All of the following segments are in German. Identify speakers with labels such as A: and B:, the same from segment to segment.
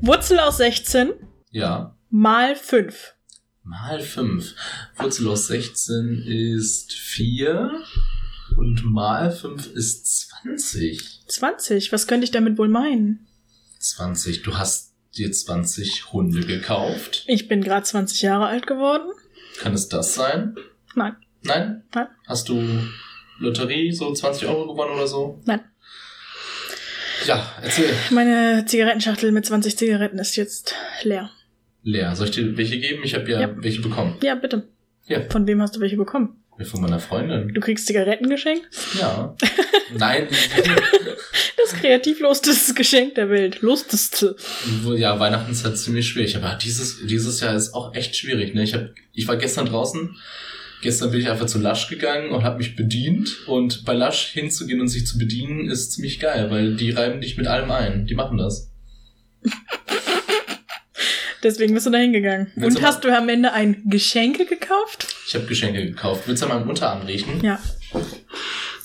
A: Wurzel aus 16
B: Ja.
A: mal 5.
B: Mal 5. Wurzel aus 16 ist 4. Und mal 5 ist 20.
A: 20. Was könnte ich damit wohl meinen?
B: 20. Du hast dir 20 Hunde gekauft.
A: Ich bin gerade 20 Jahre alt geworden.
B: Kann es das sein?
A: Nein.
B: Nein?
A: Nein.
B: Hast du Lotterie, so 20 Euro gewonnen oder so?
A: Nein.
B: Ja, erzähl.
A: Meine Zigarettenschachtel mit 20 Zigaretten ist jetzt leer.
B: Lea, soll ich dir welche geben? Ich habe ja,
A: Ja.
B: welche bekommen.
A: Ja, bitte.
B: Ja.
A: Von wem hast du welche bekommen?
B: Von meiner Freundin.
A: Du kriegst Zigaretten geschenkt?
B: Ja. Nein.
A: Das kreativlosteste Geschenk der Welt. Losteste.
B: ja, Weihnachten ist halt ziemlich schwierig. Aber dieses, dieses Jahr ist auch echt schwierig. Ne? Ich, hab, ich war gestern draußen. Gestern bin ich einfach zu Lasch gegangen und habe mich bedient. Und bei Lasch hinzugehen und sich zu bedienen ist ziemlich geil, weil die reiben dich mit allem ein. Die machen das.
A: Deswegen bist du da hingegangen.
B: Willst
A: Und
B: du mal-
A: hast du am Ende ein Geschenk gekauft?
B: Ich habe Geschenke gekauft. Willst du an meinem Unterarm riechen?
A: Ja.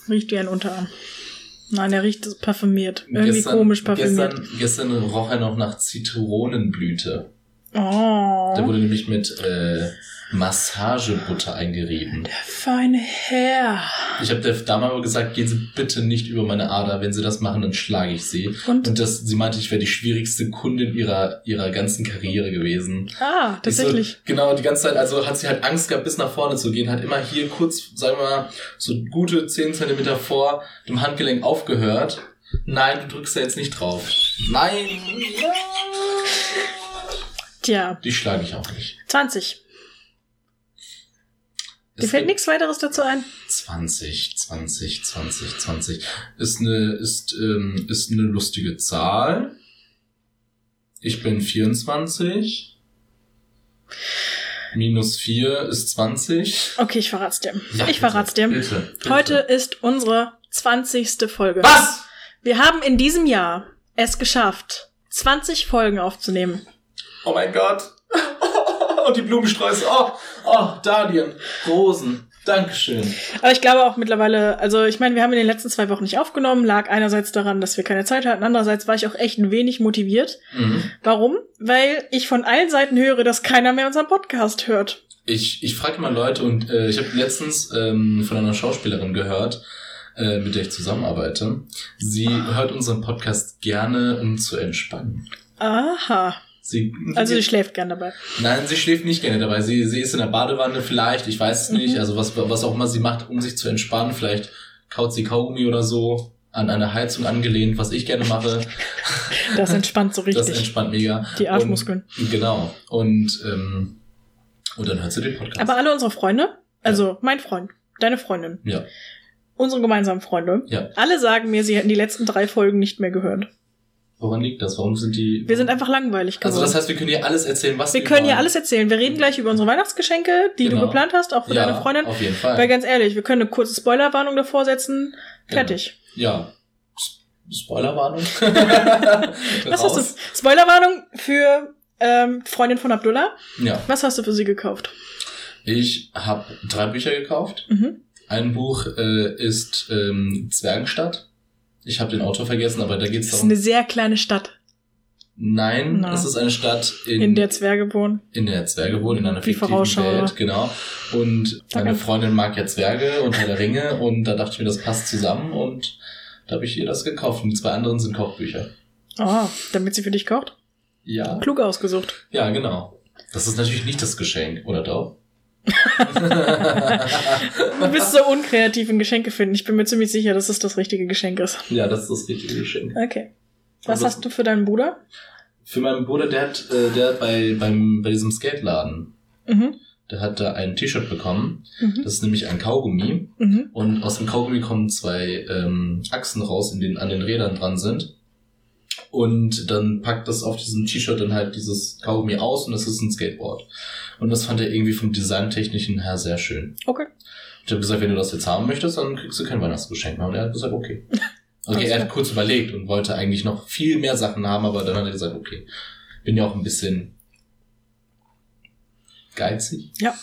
A: Riecht wie ein Unterarm. Nein, der riecht parfümiert. Irgendwie
B: Gestern-
A: komisch parfümiert.
B: Gestern, gestern roch er noch nach Zitronenblüte. Der
A: oh.
B: wurde nämlich mit äh, Massagebutter eingerieben.
A: Der feine Herr.
B: Ich habe der Dame aber gesagt, gehen Sie bitte nicht über meine Ader. Wenn Sie das machen, dann schlage ich Sie.
A: Und,
B: Und das, sie meinte, ich wäre die schwierigste Kundin ihrer, ihrer ganzen Karriere gewesen.
A: ah, tatsächlich.
B: Ich So, genau, die ganze Zeit, also hat sie halt Angst gehabt, bis nach vorne zu gehen, hat immer hier kurz, sagen wir mal, so gute 10 Zentimeter vor dem Handgelenk aufgehört. Nein, du drückst da jetzt nicht drauf. Nein,
A: Tja,
B: die schlage ich auch nicht.
A: 20. Dir
B: Es
A: fällt
B: gibt-
A: nichts weiteres dazu ein?
B: 20, 20, 20, 20. Ist eine, ist, ähm, ist eine lustige Zahl. Ich bin 24. Minus 4 ist 20.
A: Okay, ich verrat's dir.
B: Ja,
A: ich verrat's dir.
B: Bitte, bitte.
A: Heute ist unsere 20. Folge.
B: Was?
A: Wir haben in diesem Jahr es geschafft, 20 Folgen aufzunehmen.
B: Oh mein Gott. Und die Blumensträuße. Oh, oh, Dahlien. Rosen. Dankeschön.
A: Aber ich glaube auch mittlerweile, also ich meine, wir haben in den letzten zwei Wochen nicht aufgenommen, lag einerseits daran, dass wir keine Zeit hatten, andererseits war ich auch echt ein wenig motiviert.
B: Mhm.
A: Warum? Weil ich von allen Seiten höre, dass keiner mehr unseren Podcast hört.
B: Ich, ich frage mal Leute und äh, ich habe letztens ähm, von einer Schauspielerin gehört, äh, mit der ich zusammenarbeite. Sie hört unseren Podcast gerne, um zu entspannen.
A: Aha.
B: Sie,
A: Also sie schläft gern dabei.
B: nein, sie schläft nicht gerne dabei. Sie, sie ist in der Badewanne vielleicht, ich weiß es
A: Mhm.
B: nicht. Also was, was auch immer sie macht, um sich zu entspannen. Vielleicht kaut sie Kaugummi oder so an eine Heizung angelehnt, was ich gerne mache.
A: Das entspannt so
B: Das
A: richtig.
B: entspannt mega.
A: Die Arschmuskeln.
B: Und, genau. Und, ähm, und dann hörst du den Podcast.
A: Aber alle unsere Freunde, also mein Freund, deine Freundin,
B: ja,
A: unsere gemeinsamen Freunde,
B: Ja.
A: alle sagen mir, sie hätten die letzten drei Folgen nicht mehr gehört.
B: woran liegt das? Warum sind die.
A: Wir sind einfach langweilig geworden.
B: Also das heißt, wir können hier alles erzählen, was
A: wir können ja
B: wollen.
A: alles erzählen. Wir reden gleich über unsere Weihnachtsgeschenke, die du
B: Genau.
A: geplant hast, auch für
B: ja,
A: deine Freundin.
B: Auf jeden Fall.
A: Weil ganz ehrlich, wir können eine kurze Spoilerwarnung davor setzen.
B: Genau.
A: Fertig.
B: Ja. S- Spoilerwarnung.
A: Was
B: Raus.
A: hast du? Spoilerwarnung für ähm, Freundin von Abdullah.
B: Ja.
A: Was hast du für sie gekauft?
B: Ich habe drei Bücher gekauft.
A: Mhm.
B: Ein Buch äh, ist ähm, Zwergenstadt. Ich habe den Autor vergessen, aber da geht's
A: Das ist
B: darum.
A: eine sehr kleine Stadt,
B: Nein,
A: Na.
B: es ist eine Stadt in,
A: in, der Zwerge wohnen.
B: in der Zwerge wohnt, in einer
A: Wie
B: fiktiven
A: Vorausschau,
B: Welt,
A: oder?
B: genau. Und
A: Sag
B: meine
A: einfach.
B: Freundin mag ja Zwerge und Herr der Ringe und da dachte ich mir, das passt zusammen und da habe ich ihr das gekauft. Und die zwei anderen sind Kochbücher.
A: Oh, damit sie für dich kocht.
B: Ja.
A: Klug ausgesucht.
B: Ja, genau. Das ist natürlich nicht das Geschenk, oder doch?
A: Du bist so unkreativ in Geschenke finden. Ich bin mir ziemlich sicher, dass es das richtige Geschenk ist.
B: ja, das ist das richtige Geschenk.
A: Okay. Was
B: Also-
A: hast du für deinen Bruder?
B: Für meinen Bruder, der hat, äh, der hat bei, beim, bei diesem Skateladen,
A: Mhm.
B: der hat da ein T-Shirt bekommen.
A: Mhm.
B: Das ist nämlich ein Kaugummi.
A: Mhm.
B: Und aus dem Kaugummi kommen zwei ähm, Achsen raus, in den, an den Rädern dran sind. Und dann packt das auf diesem T-Shirt dann halt dieses Kaugummi aus und das ist ein Skateboard. Und das fand er irgendwie vom Designtechnischen her sehr schön.
A: Okay.
B: Ich habe gesagt, wenn du das jetzt haben möchtest, dann kriegst du kein Weihnachtsgeschenk mehr. Und er hat gesagt, okay. Okay,
A: Alles
B: er hat
A: klar.
B: kurz überlegt und wollte eigentlich noch viel mehr Sachen haben, aber dann hat er gesagt, okay. Bin ja auch ein bisschen geizig.
A: Ja.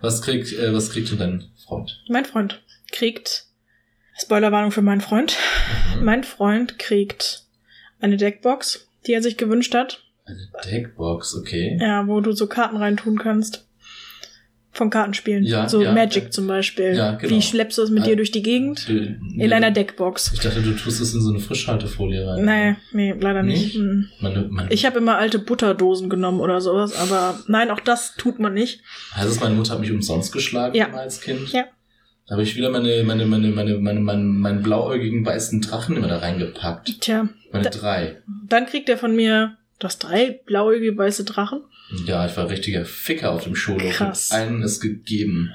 B: Was kriegt, äh, was kriegt denn dein Freund?
A: Mein Freund kriegt. Spoilerwarnung für meinen Freund.
B: Mhm.
A: Mein Freund kriegt eine Deckbox die er sich gewünscht hat.
B: Eine Also Deckbox, okay.
A: Ja, wo du so Karten reintun kannst. Von Kartenspielen.
B: Ja,
A: so
B: ja,
A: Magic
B: ja.
A: zum Beispiel.
B: Ja, genau.
A: Wie schleppst du es mit
B: Ah,
A: dir durch die Gegend?
B: Du-
A: In
B: nee.
A: einer Deckbox.
B: Ich dachte, du tust es in so eine Frischhaltefolie rein.
A: Nee, nee, leider nicht.
B: Nicht?
A: Hm.
B: Man, man,
A: Ich habe immer alte Butterdosen genommen oder sowas, aber nein, auch das tut man nicht.
B: heißt es, meine Mutter hat mich umsonst geschlagen
A: Ja.
B: immer als Kind?
A: Ja.
B: Da habe ich wieder meine, meine, meine, meine, meine, meinen, meinen blauäugigen weißen Drachen immer da reingepackt.
A: Tja,
B: Meine
A: Da-
B: drei.
A: dann kriegt er von mir das drei blauäugige weiße Drachen.
B: Ja, ich war richtiger Ficker auf dem Schulhof.
A: Krass.
B: Und Einen ist gegeben.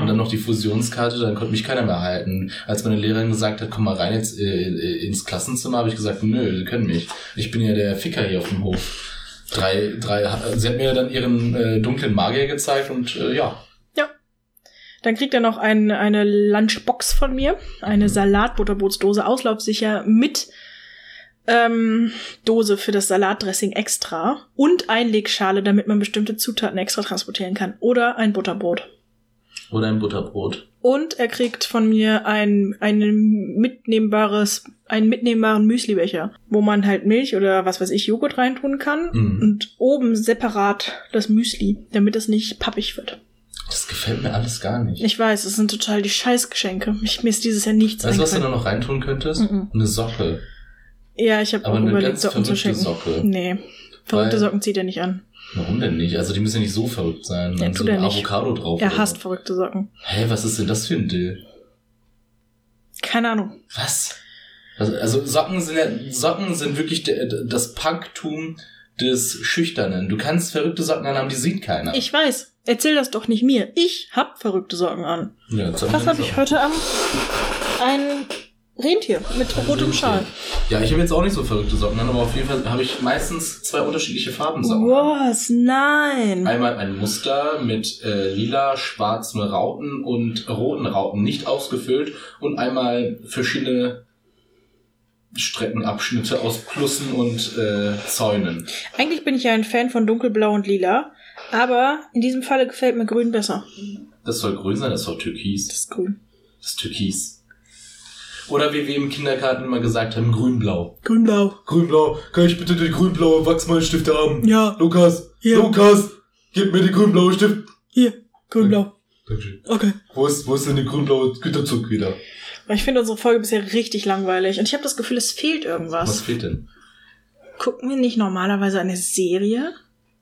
B: Und dann noch die Fusionskarte, dann konnte mich keiner mehr halten. Als meine Lehrerin gesagt hat, komm mal rein jetzt äh, ins Klassenzimmer, habe ich gesagt, nö, sie können mich. Ich bin ja der Ficker hier auf dem Hof. Drei, drei, sie hat mir dann ihren äh, dunklen Magier gezeigt und äh, ja.
A: Dann kriegt er noch ein, eine Lunchbox von mir, eine
B: Mhm.
A: Salatbutterbrotsdose, auslaufsicher mit ähm, Dose für das Salatdressing extra und Einlegschale, damit man bestimmte Zutaten extra transportieren kann oder ein Butterbrot.
B: Oder ein Butterbrot.
A: Und er kriegt von mir ein, ein mitnehmbares, einen mitnehmbaren Müslibecher, wo man halt Milch oder was weiß ich, Joghurt reintun kann.
B: Mhm.
A: Und oben separat das Müsli, damit es nicht pappig wird.
B: Das gefällt mir alles gar nicht.
A: Ich weiß, es sind total die Scheißgeschenke. Ich, mir ist dieses Jahr nichts
B: weißt du, was du da
A: eingefallen.
B: noch reintun könntest?
A: Mhm.
B: Eine Socke.
A: Ja, ich habe
B: Aber
A: auch
B: eine
A: Um überlegt,
B: ganz
A: Socken zu schenken.
B: verrückte Socke.
A: Nee, verrückte
B: Weil-
A: Socken zieht er nicht an.
B: Warum denn nicht? Also die müssen ja nicht so verrückt sein.
A: Ja,
B: Dann
A: tut
B: so ein
A: er nicht.
B: Avocado drauf.
A: Er
B: oder
A: hasst
B: so.
A: verrückte Socken.
B: Hä, was ist denn das für ein Dill?
A: Keine Ahnung.
B: Was? Also, also Socken sind ja, Socken sind wirklich der, das Punktum des Schüchternen. Du kannst verrückte Socken anhaben, die sieht keiner.
A: Ich weiß. Erzähl das doch nicht mir. Ich hab verrückte Socken an.
B: ja, jetzt
A: Was
B: wir
A: habe
B: den
A: ich
B: Socken.
A: heute an? Ein Rentier mit rotem Schal.
B: Ja, ich habe jetzt auch nicht so verrückte Socken an, aber auf jeden Fall habe ich meistens zwei unterschiedliche Farben Socken. an.
A: Was? Nein.
B: Einmal ein Muster mit äh, lila, schwarzen Rauten und roten Rauten, nicht ausgefüllt. Und einmal verschiedene Streckenabschnitte aus Plussen und äh, Zäunen.
A: Eigentlich bin ich ja ein Fan von dunkelblau und lila. Aber in diesem Falle gefällt mir grün besser.
B: Das soll grün sein, das soll türkis.
A: Das ist grün.
B: Das Türkis. Oder wie wir im Kindergarten immer gesagt haben, grün-blau.
A: Grünblau.
B: Grün-blau, kann ich bitte den grün-blauen Wachsmalstift haben?
A: Ja,
B: Lukas,
A: Ja.
B: Lukas, gib mir den grün-blauen Stift.
A: hier.
B: grünblau. Dankeschön.
A: Okay.
B: Wo ist, wo ist denn der grün-blaue Güterzug wieder?
A: Weil Ich finde unsere Folge bisher richtig langweilig und ich habe das Gefühl, es fehlt
B: Was
A: irgendwas.
B: fehlt denn?
A: Gucken wir nicht normalerweise eine Serie?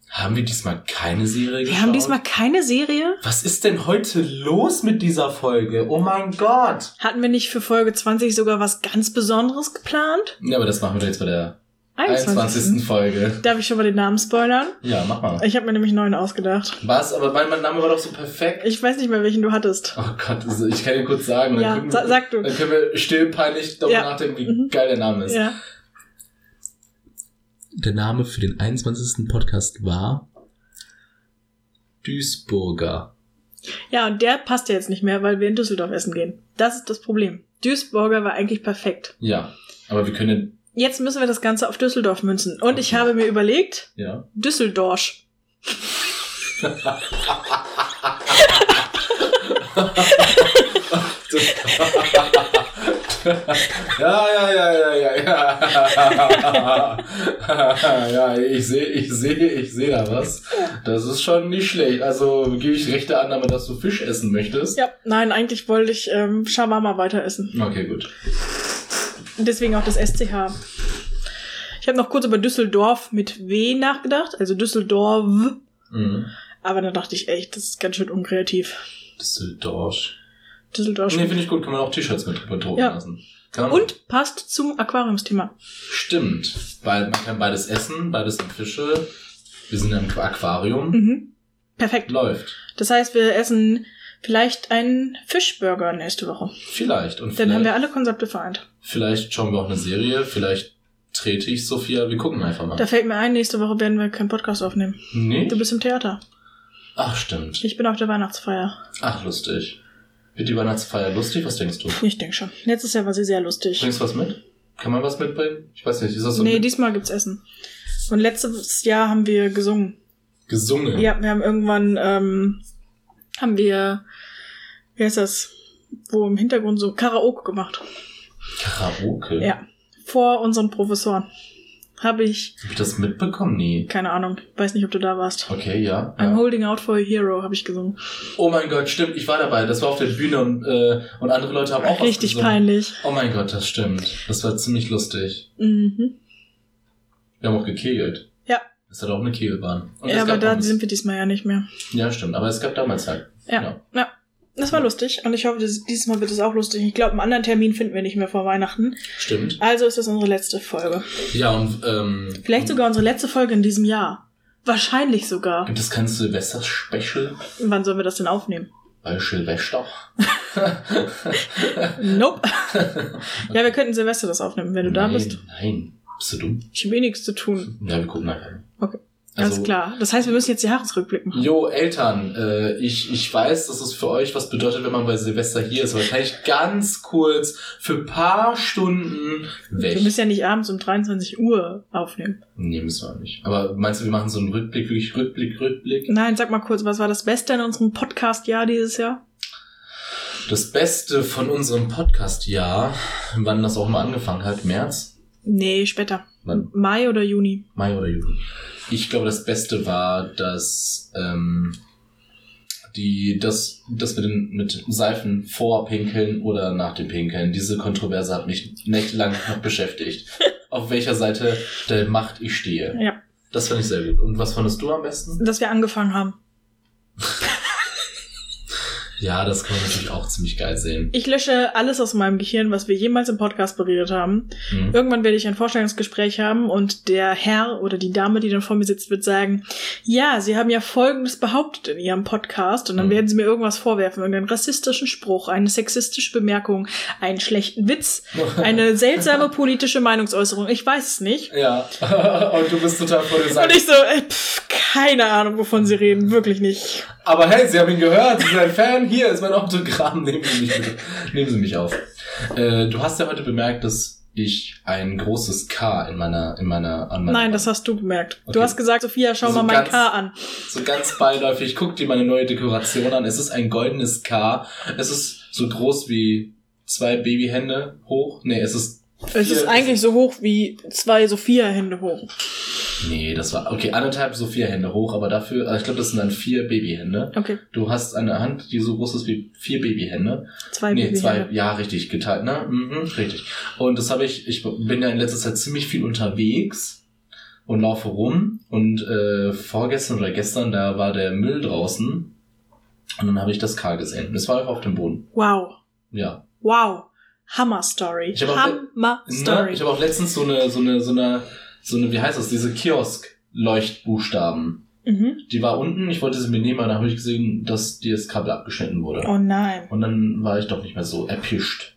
B: Haben wir diesmal keine Serie
A: Wir
B: geschaut?
A: haben diesmal keine Serie.
B: Was ist denn heute los mit dieser Folge? Oh mein Gott.
A: Hatten wir nicht für Folge 20 sogar was ganz Besonderes geplant?
B: Ja, aber das machen wir jetzt bei der 21. Folge.
A: Darf ich schon mal den Namen spoilern?
B: Ja, mach mal.
A: Ich habe mir nämlich einen neuen ausgedacht.
B: Was? Aber mein mein Name war doch so perfekt.
A: Ich weiß nicht mehr, welchen du hattest.
B: Oh Gott, also ich kann dir kurz sagen. Dann
A: ja,
B: können
A: sa
B: wir,
A: sag du.
B: Dann können wir still peinlich darüber
A: Ja.
B: nachdenken, wie
A: Mhm.
B: geil der Name ist.
A: Ja.
B: Der Name für den 21. Podcast war Duisburger.
A: ja, und der passt ja jetzt nicht mehr, weil wir in Düsseldorf essen gehen. Das ist das Problem. Duisburger war eigentlich perfekt.
B: Ja, aber wir können
A: Jetzt müssen wir das Ganze auf Düsseldorf münzen. Und ich habe mir überlegt,
B: ja.
A: Düsseldorsch.
B: Ja, ja, ja, ja, ja, ja. ja, ich sehe, ich sehe, ich sehe da was. Das ist schon nicht schlecht. Also gebe ich rechte Annahme, dass du Fisch essen möchtest.
A: Ja, nein, eigentlich wollte ich ähm, Shawarma weiter essen.
B: Okay, gut.
A: Und Deswegen auch das SCH. Ich habe noch kurz über Düsseldorf mit W nachgedacht, also Düsseldorf.
B: Mhm.
A: Aber dann dachte ich echt, das ist ganz schön unkreativ.
B: Düsseldorf.
A: Düsseldorf.
B: Nee, finde ich gut. Kann man auch T-Shirts mit drüber drucken
A: Ja.
B: lassen. Kann man
A: Und passt zum Aquariumsthema.
B: Stimmt, weil man kann beides essen, beides sind Fische. Wir sind im Aquarium.
A: Mhm. Perfekt.
B: Läuft.
A: Das heißt, wir essen vielleicht einen Fischburger nächste Woche.
B: Vielleicht. Und
A: Dann
B: vielleicht,
A: haben wir alle Konzepte vereint.
B: vielleicht schauen wir auch eine Serie, vielleicht trete ich Sophia. Wir gucken einfach mal.
A: Da fällt mir ein, nächste Woche werden wir keinen Podcast aufnehmen.
B: nee?
A: Du bist im Theater.
B: Ach, stimmt.
A: Ich bin auf der Weihnachtsfeier.
B: Ach, lustig. Wird die Weihnachtsfeier lustig? Was denkst du?
A: Ich denke schon. Letztes Jahr war sie sehr lustig.
B: Bringst du was mit? Kann man was mitbringen? Ich weiß nicht, ist das so
A: Nee,
B: mit-
A: diesmal gibt's Essen. Und letztes Jahr haben wir gesungen.
B: gesungen?
A: Ja, wir haben irgendwann, ähm, haben wir, wie heißt das, wo im Hintergrund so Karaoke gemacht.
B: Karaoke.
A: Ja. Vor unseren Professoren. Habe ich,
B: Hab ich das mitbekommen? Nee.
A: keine Ahnung, weiß nicht, ob du da warst.
B: Okay, ja.
A: I'm
B: ja.
A: holding out for a hero, habe ich gesungen.
B: Oh mein Gott, stimmt, ich war dabei. Das war auf der Bühne und, äh, und andere Leute haben auch was
A: Richtig
B: gesungen.
A: peinlich.
B: Oh mein Gott, das stimmt. Das war ziemlich lustig.
A: Mhm.
B: Wir haben auch gekegelt.
A: Ja.
B: Es hat auch eine Kegelbahn. Und es
A: Ja, aber
B: gab
A: da
B: Pommes.
A: sind wir diesmal ja nicht mehr.
B: Ja, stimmt. Aber es gab damals halt.
A: Ja.
B: Ja.
A: ja. Das war lustig und ich hoffe, das, dieses Mal wird es auch lustig. Ich glaube, einen anderen Termin finden wir nicht mehr vor Weihnachten.
B: Stimmt.
A: Also ist das unsere letzte Folge.
B: Ja, und ähm,
A: Vielleicht sogar unsere letzte Folge in diesem Jahr. Wahrscheinlich sogar.
B: gibt es kein Silvester-Special
A: Wann sollen wir das denn aufnehmen?
B: bei Silvester?
A: Nope. Ja, wir könnten Silvester das aufnehmen, wenn du da
B: Nein,
A: bist.
B: Nein. Bist du dumm?
A: Ich habe eh nichts zu tun.
B: Ja, wir gucken nachher.
A: Okay. Ganz
B: Also,
A: klar. Das heißt, wir müssen jetzt die Jahresrückblick machen.
B: Jo, Eltern, äh, ich, ich weiß, dass es für euch was bedeutet, wenn man bei Silvester hier ist. Wahrscheinlich ganz kurz für paar Stunden weg.
A: Wir müssen ja nicht abends um 23 Uhr aufnehmen.
B: Nee, müssen wir nicht. Aber meinst du, wir machen so einen Rückblick, wirklich Rückblick, Rückblick?
A: Nein, sag mal kurz, was war das Beste in unserem Podcast-Jahr dieses Jahr?
B: Das Beste von unserem Podcast-Jahr, wann das auch mal angefangen hat, März?
A: Nee, später.
B: Wann?
A: Mai oder Juni.
B: Mai oder Juni? Ich glaube, das Beste war, dass, ähm, die, das, das mit, den, mit Seifen vor Pinkeln oder nach dem Pinkeln. Diese Kontroverse hat mich nächtelang noch beschäftigt. Auf welcher Seite der Macht ich stehe.
A: Ja,
B: Das fand ich sehr gut. Und was fandest du am besten?
A: dass wir angefangen haben.
B: Ja, das kann man natürlich auch ziemlich geil sehen.
A: Ich lösche alles aus meinem Gehirn, was wir jemals im Podcast beredet haben.
B: Hm.
A: Irgendwann werde ich ein Vorstellungsgespräch haben und der Herr oder die Dame, die dann vor mir sitzt, wird sagen, ja, Sie haben ja Folgendes behauptet in Ihrem Podcast und dann
B: Mhm.
A: werden Sie mir irgendwas vorwerfen, irgendeinen rassistischen Spruch, eine sexistische Bemerkung, einen schlechten Witz, eine seltsame politische Meinungsäußerung, ich weiß es nicht.
B: Ja, und du bist total voll
A: Und
B: gesagt.
A: ich so, äh, pff, keine Ahnung, wovon Sie reden, wirklich nicht.
B: Aber hey, Sie haben ihn gehört, Sie sind ein Fan, hier ist mein Autogramm, nehmen Sie mich bitte. Nehmen Sie mich auf. Äh, du hast ja heute bemerkt, dass ich ein großes K in meiner, in meiner, an meiner
A: Nein, das hast du bemerkt.
B: Okay.
A: Du hast gesagt, Sophia, schau
B: So
A: mal mein
B: ganz-
A: K an.
B: So ganz beiläufig, guck dir meine neue Dekoration an. Es ist ein goldenes K. Es ist so groß wie zwei Babyhände hoch. Nee, es ist.
A: Es
B: vier-
A: ist eigentlich so hoch wie zwei Sophia-Hände hoch.
B: Nee, das war. Okay, anderthalb so vier Hände hoch, aber dafür, also ich glaube, das sind dann vier Babyhände.
A: Okay,
B: Du hast eine Hand, die so groß ist wie vier Babyhände.
A: zwei
B: Nee, zwei,
A: Babyhände.
B: ja, richtig, geteilt, ne? Mhm, richtig. Und das habe ich, ich bin ja in letzter Zeit ziemlich viel unterwegs und laufe rum. Und äh, vorgestern oder gestern, da war der Müll draußen. Und dann habe ich das K gesehen. Das war einfach auf dem Boden.
A: Wow.
B: Ja.
A: Wow. Hammer-Story.
B: Ich hab auch le- Ne?
A: Hammer-Story.
B: Ich habe auch letztens so eine, so eine, so eine, so eine, wie heißt das, diese Kiosk-Leuchtbuchstaben.
A: Mhm.
B: Die war unten, ich wollte sie mir nehmen, aber dann habe ich gesehen, dass dir das Kabel abgeschnitten wurde.
A: Oh nein.
B: Und dann war ich doch nicht mehr so erpischt.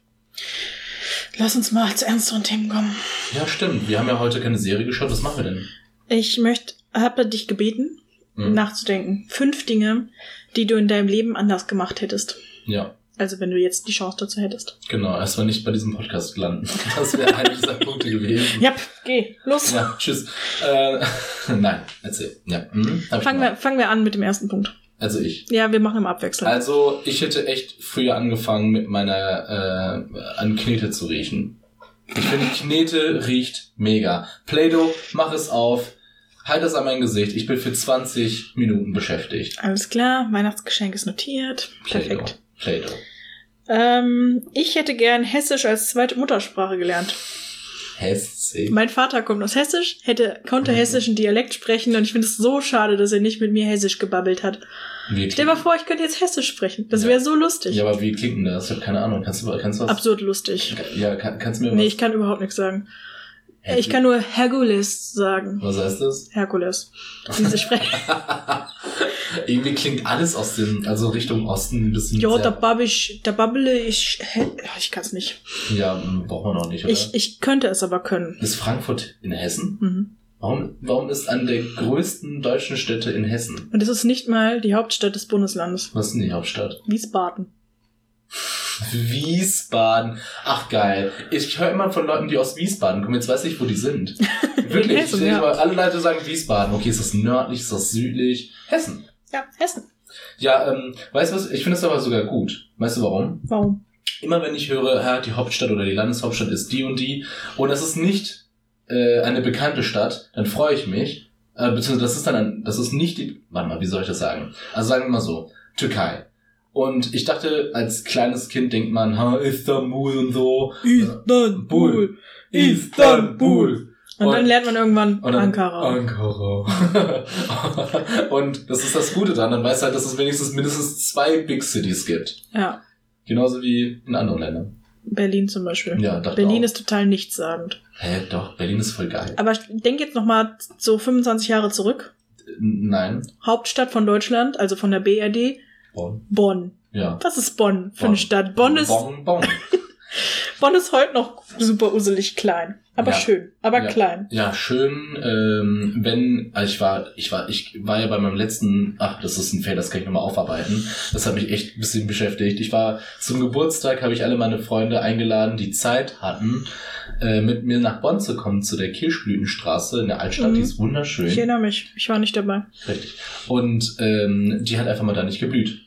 A: Lass uns mal zu ernsteren Themen kommen.
B: Ja, stimmt. Wir haben ja heute keine Serie geschaut. Was machen wir denn?
A: Ich möchte, habe dich gebeten,
B: Hm.
A: nachzudenken. Fünf Dinge, die du in deinem Leben anders gemacht hättest.
B: Ja,
A: Also wenn du jetzt die Chance dazu hättest.
B: genau. Erstmal nicht bei diesem Podcast landen. Das wäre eines der Punkte gewesen.
A: Ja, geh, los.
B: Mhm. Ja, tschüss. Äh, nein, erzähl. Ja, mhm, hab ich
A: Fangen wir,
B: gemacht.
A: fangen wir an mit dem ersten Punkt.
B: Also ich.
A: Ja, wir machen im Abwechseln.
B: Also ich hätte echt früher angefangen mit meiner äh, an Knete zu riechen. Ich finde Knete riecht mega. Play-Doh, mach es auf. Halt es an mein Gesicht. Ich bin für 20 Minuten beschäftigt.
A: Alles klar, Weihnachtsgeschenk ist notiert.
B: Play-Doh.
A: Perfekt.
B: Play-Doh.
A: Ähm, ich hätte gern Hessisch als zweite Muttersprache gelernt.
B: Hässlich.
A: Mein Vater kommt aus Hessisch, hätte,
B: Mhm.
A: konnte hessischen Dialekt sprechen und ich finde es so schade, dass er nicht mit mir Hessisch gebabbelt hat.
B: Wirklich.
A: Stell dir mal vor, ich könnte jetzt Hessisch sprechen. Das
B: Ja.
A: wäre so lustig.
B: Ja, aber wie klingt denn das? Ich habe keine Ahnung. Kannst du, kannst du was?
A: Absurd lustig.
B: Ja, kann, kannst du mir was?
A: Nee, ich kann überhaupt nichts sagen. Ich kann nur Hercules sagen.
B: Was heißt das?
A: Hercules. Diese Spre
B: Irgendwie klingt alles aus dem, also Richtung Osten ein bisschen.
A: Jo, da
B: sehr,
A: babbel ich, da babble ich, Hä- ich kann's nicht.
B: ja, m, braucht man noch nicht, oder?
A: Ich, ich könnte es aber können.
B: ist Frankfurt in Hessen?
A: Mhm.
B: Warum, warum ist an der größten deutschen Städte in Hessen?
A: Und es ist nicht mal die Hauptstadt des Bundeslandes.
B: Was ist denn die Hauptstadt?
A: Wiesbaden.
B: Wiesbaden. Ach geil. Ich höre immer von Leuten, die aus Wiesbaden kommen. Jetzt weiß ich, wo die sind. Wirklich.
A: Hessen,
B: ich,
A: ja.
B: aber Alle Leute sagen Wiesbaden. Okay, ist das nördlich, ist das südlich? Hessen.
A: Ja, Hessen.
B: Ja, ähm, weißt du was? Ich finde es aber sogar gut. Weißt du warum?
A: Warum?
B: immer wenn ich höre, ja, die Hauptstadt oder die Landeshauptstadt ist die und die, und das ist nicht äh, eine bekannte Stadt, dann freue ich mich. Äh, beziehungsweise das ist dann, ein, das ist nicht die, warte mal, wie soll ich das sagen? Also sagen wir mal so, Türkei. Und ich dachte, als kleines Kind denkt man, ha, Istanbul und so.
A: Istanbul. Istanbul. Und, dann lernt man irgendwann
B: Und dann-
A: Ankara.
B: Ankara. und das ist das Gute dran, dann weißt du halt, dass es wenigstens mindestens zwei Big Cities gibt.
A: Ja,
B: Genauso wie in anderen Ländern.
A: Berlin zum Beispiel.
B: Ja, dachte
A: Berlin
B: auch.
A: ist total nichtssagend.
B: Hä, doch, Berlin ist voll geil.
A: Aber ich denk jetzt nochmal so 25 Jahre zurück.
B: Nein.
A: Hauptstadt von Deutschland, also von der BRD,
B: Bonn.
A: Bonn.
B: Ja.
A: Was ist Bonn für
B: Bonn.
A: eine Stadt? Bonn ist,
B: Bonn, Bonn.
A: Bonn ist heute noch super uselig klein. Aber
B: Ja.
A: schön, aber
B: Ja.
A: klein.
B: Ja, schön, ähm, wenn, also ich war, ich war, ich war ja bei meinem letzten, ach, das ist ein Fehler, das kann ich nochmal aufarbeiten. Das hat mich echt ein bisschen beschäftigt. Ich war zum Geburtstag, habe ich alle meine Freunde eingeladen, die Zeit hatten, äh, mit mir nach Bonn zu kommen, zu der Kirschblütenstraße in der Altstadt,
A: Mhm.
B: die ist wunderschön.
A: Ich erinnere mich, ich war nicht dabei.
B: Richtig. Und ähm, die hat einfach mal da nicht geblüht.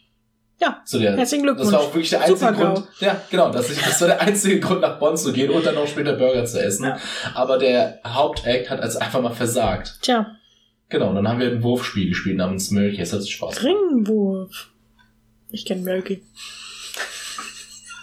A: Ja,
B: Zu der,
A: Herzlichen Glückwunsch.
B: das war auch wirklich der einzige
A: Supergau.
B: Grund. Ja, genau. Das, ich, das war der einzige Grund, nach Bonn zu gehen und dann auch später Burger zu essen.
A: Ja.
B: Aber der Hauptact hat als einfach mal versagt.
A: Tja,
B: Genau, und dann haben wir ein Wurfspiel gespielt namens Milch. Jetzt hat es Spaß.
A: Ringwurf. Ich kenne Melky.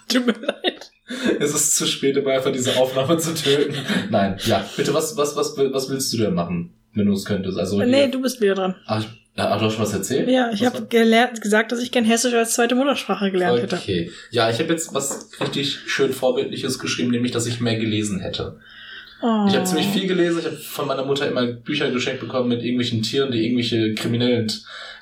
A: Tut mir leid.
B: Es ist zu spät, um einfach diese Aufnahme zu töten. Nein, ja. Bitte, was, was, was, was willst du denn machen, wenn du es könntest? Also,
A: Äh, Nee,
B: hier,
A: du bist wieder dran.
B: ach, ja, hast du auch schon was erzählt?
A: Ja, ich
B: Was
A: habe gelernt, gesagt, dass ich gern Hessisch als zweite Muttersprache gelernt hätte.
B: Okay. Ja, ich habe jetzt was richtig schön Vorbildliches geschrieben, nämlich, dass ich mehr gelesen hätte.
A: Oh.
B: Ich habe ziemlich viel gelesen. Ich habe von meiner Mutter immer Bücher geschenkt bekommen mit irgendwelchen Tieren, die irgendwelche kriminell,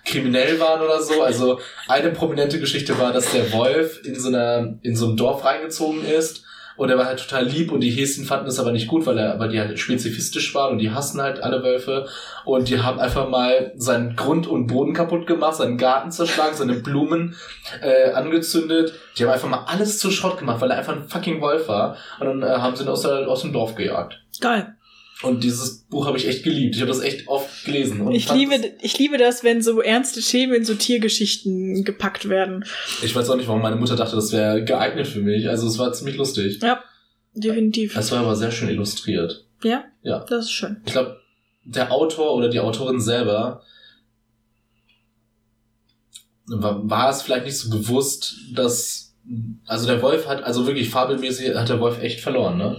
B: kriminell waren oder so. Also eine prominente Geschichte war, dass der Wolf in so, einer, in so einem Dorf reingezogen ist. Und er war halt total lieb und die Häschen fanden es aber nicht gut, weil er, weil die halt spezifistisch waren und die hassen halt alle Wölfe. Und die haben einfach mal seinen Grund und Boden kaputt gemacht, seinen Garten zerschlagen, seine Blumen äh, angezündet. Die haben einfach mal alles zu Schrott gemacht, weil er einfach ein fucking Wolf war. Und dann äh, haben sie ihn aus, der, aus dem Dorf gejagt.
A: Geil.
B: Und dieses Buch habe ich echt geliebt. Ich habe das echt oft gelesen. Und
A: Ich
B: fand-
A: liebe, ich liebe das, wenn so ernste Themen in so Tiergeschichten gepackt werden.
B: Ich weiß auch nicht, warum meine Mutter dachte, das wäre geeignet für mich. Also es war ziemlich lustig.
A: Ja, definitiv.
B: Es war aber sehr schön illustriert.
A: Ja?
B: Also, Ja.
A: Das ist schön.
B: Ich glaube, der Autor oder die Autorin selber war, war es vielleicht nicht so bewusst, dass. Also der Wolf hat, also wirklich fabelmäßig hat der Wolf echt verloren, ne?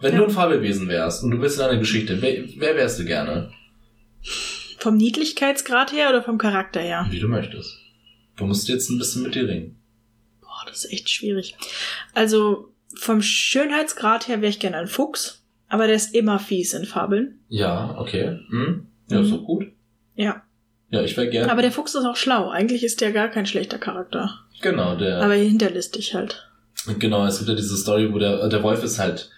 B: Wenn
A: Ja.
B: du ein Fabelwesen wärst und du bist in einer Geschichte, wer, wer wärst du gerne?
A: Vom Niedlichkeitsgrad her oder vom Charakter her?
B: Wie du möchtest. Du musst jetzt ein bisschen mit dir ringen.
A: Boah, das ist echt schwierig. Also, vom Schönheitsgrad her wäre ich gern ein Fuchs, aber der ist immer fies in Fabeln.
B: Ja, okay. Hm? Ja, ist doch gut.
A: Mhm. Ja.
B: Ja, ich wäre gerne.
A: Aber der Fuchs ist auch schlau. Eigentlich ist der gar kein schlechter Charakter.
B: Genau, der.
A: Aber hinterlistig halt.
B: Genau, es gibt ja diese Story, wo der, der Wolf ist halt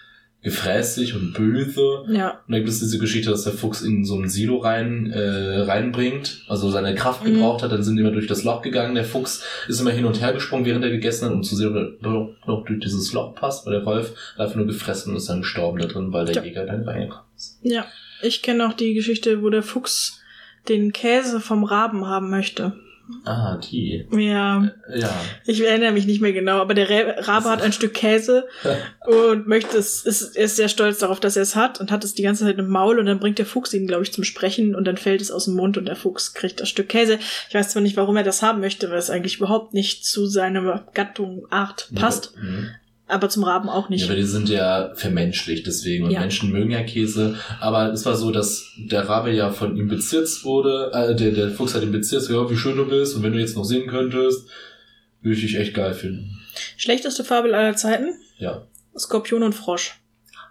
B: gefräßig und böse.
A: Ja.
B: Und dann gibt es diese Geschichte, dass der Fuchs in so ein Silo rein, äh, reinbringt, also seine Kraft
A: Mhm.
B: gebraucht hat, dann sind die immer durch das Loch gegangen. Der Fuchs ist immer hin und her gesprungen, während er gegessen hat, um zu sehen, ob er noch- noch durch dieses Loch passt. Weil der Wolf hat einfach nur gefressen und ist dann gestorben da drin, weil der
A: Ja.
B: Jäger dann reingekommen ist.
A: Ja. Ich kenne auch die Geschichte, wo der Fuchs den Käse vom Raben haben möchte.
B: Ah, die.
A: Ja.
B: Ja.
A: Ich erinnere mich nicht mehr genau, aber der Rä- Rabe hat ein Stück Käse und möchte es, ist, er ist sehr stolz darauf, dass er es hat und hat es die ganze Zeit im Maul und dann bringt der Fuchs ihn, glaube ich, zum Sprechen und dann fällt es aus dem Mund und der Fuchs kriegt das Stück Käse. Ich weiß zwar nicht, warum er das haben möchte, weil es eigentlich überhaupt nicht zu seiner Gattung, Art passt,
B: Mhm.
A: aber zum Raben auch
B: Ja,
A: nicht.
B: aber die sind ja vermenschlicht, deswegen. Und
A: Ja.
B: Menschen mögen ja Käse. Aber es war so, dass der Rabe ja von ihm bezirzt wurde. Äh, der, der Fuchs hat ihm bezirzt, ja, wie schön du bist. Und wenn du jetzt noch singen könntest, würde ich dich echt geil finden.
A: Schlechteste Fabel aller Zeiten?
B: Ja.
A: Skorpion und Frosch.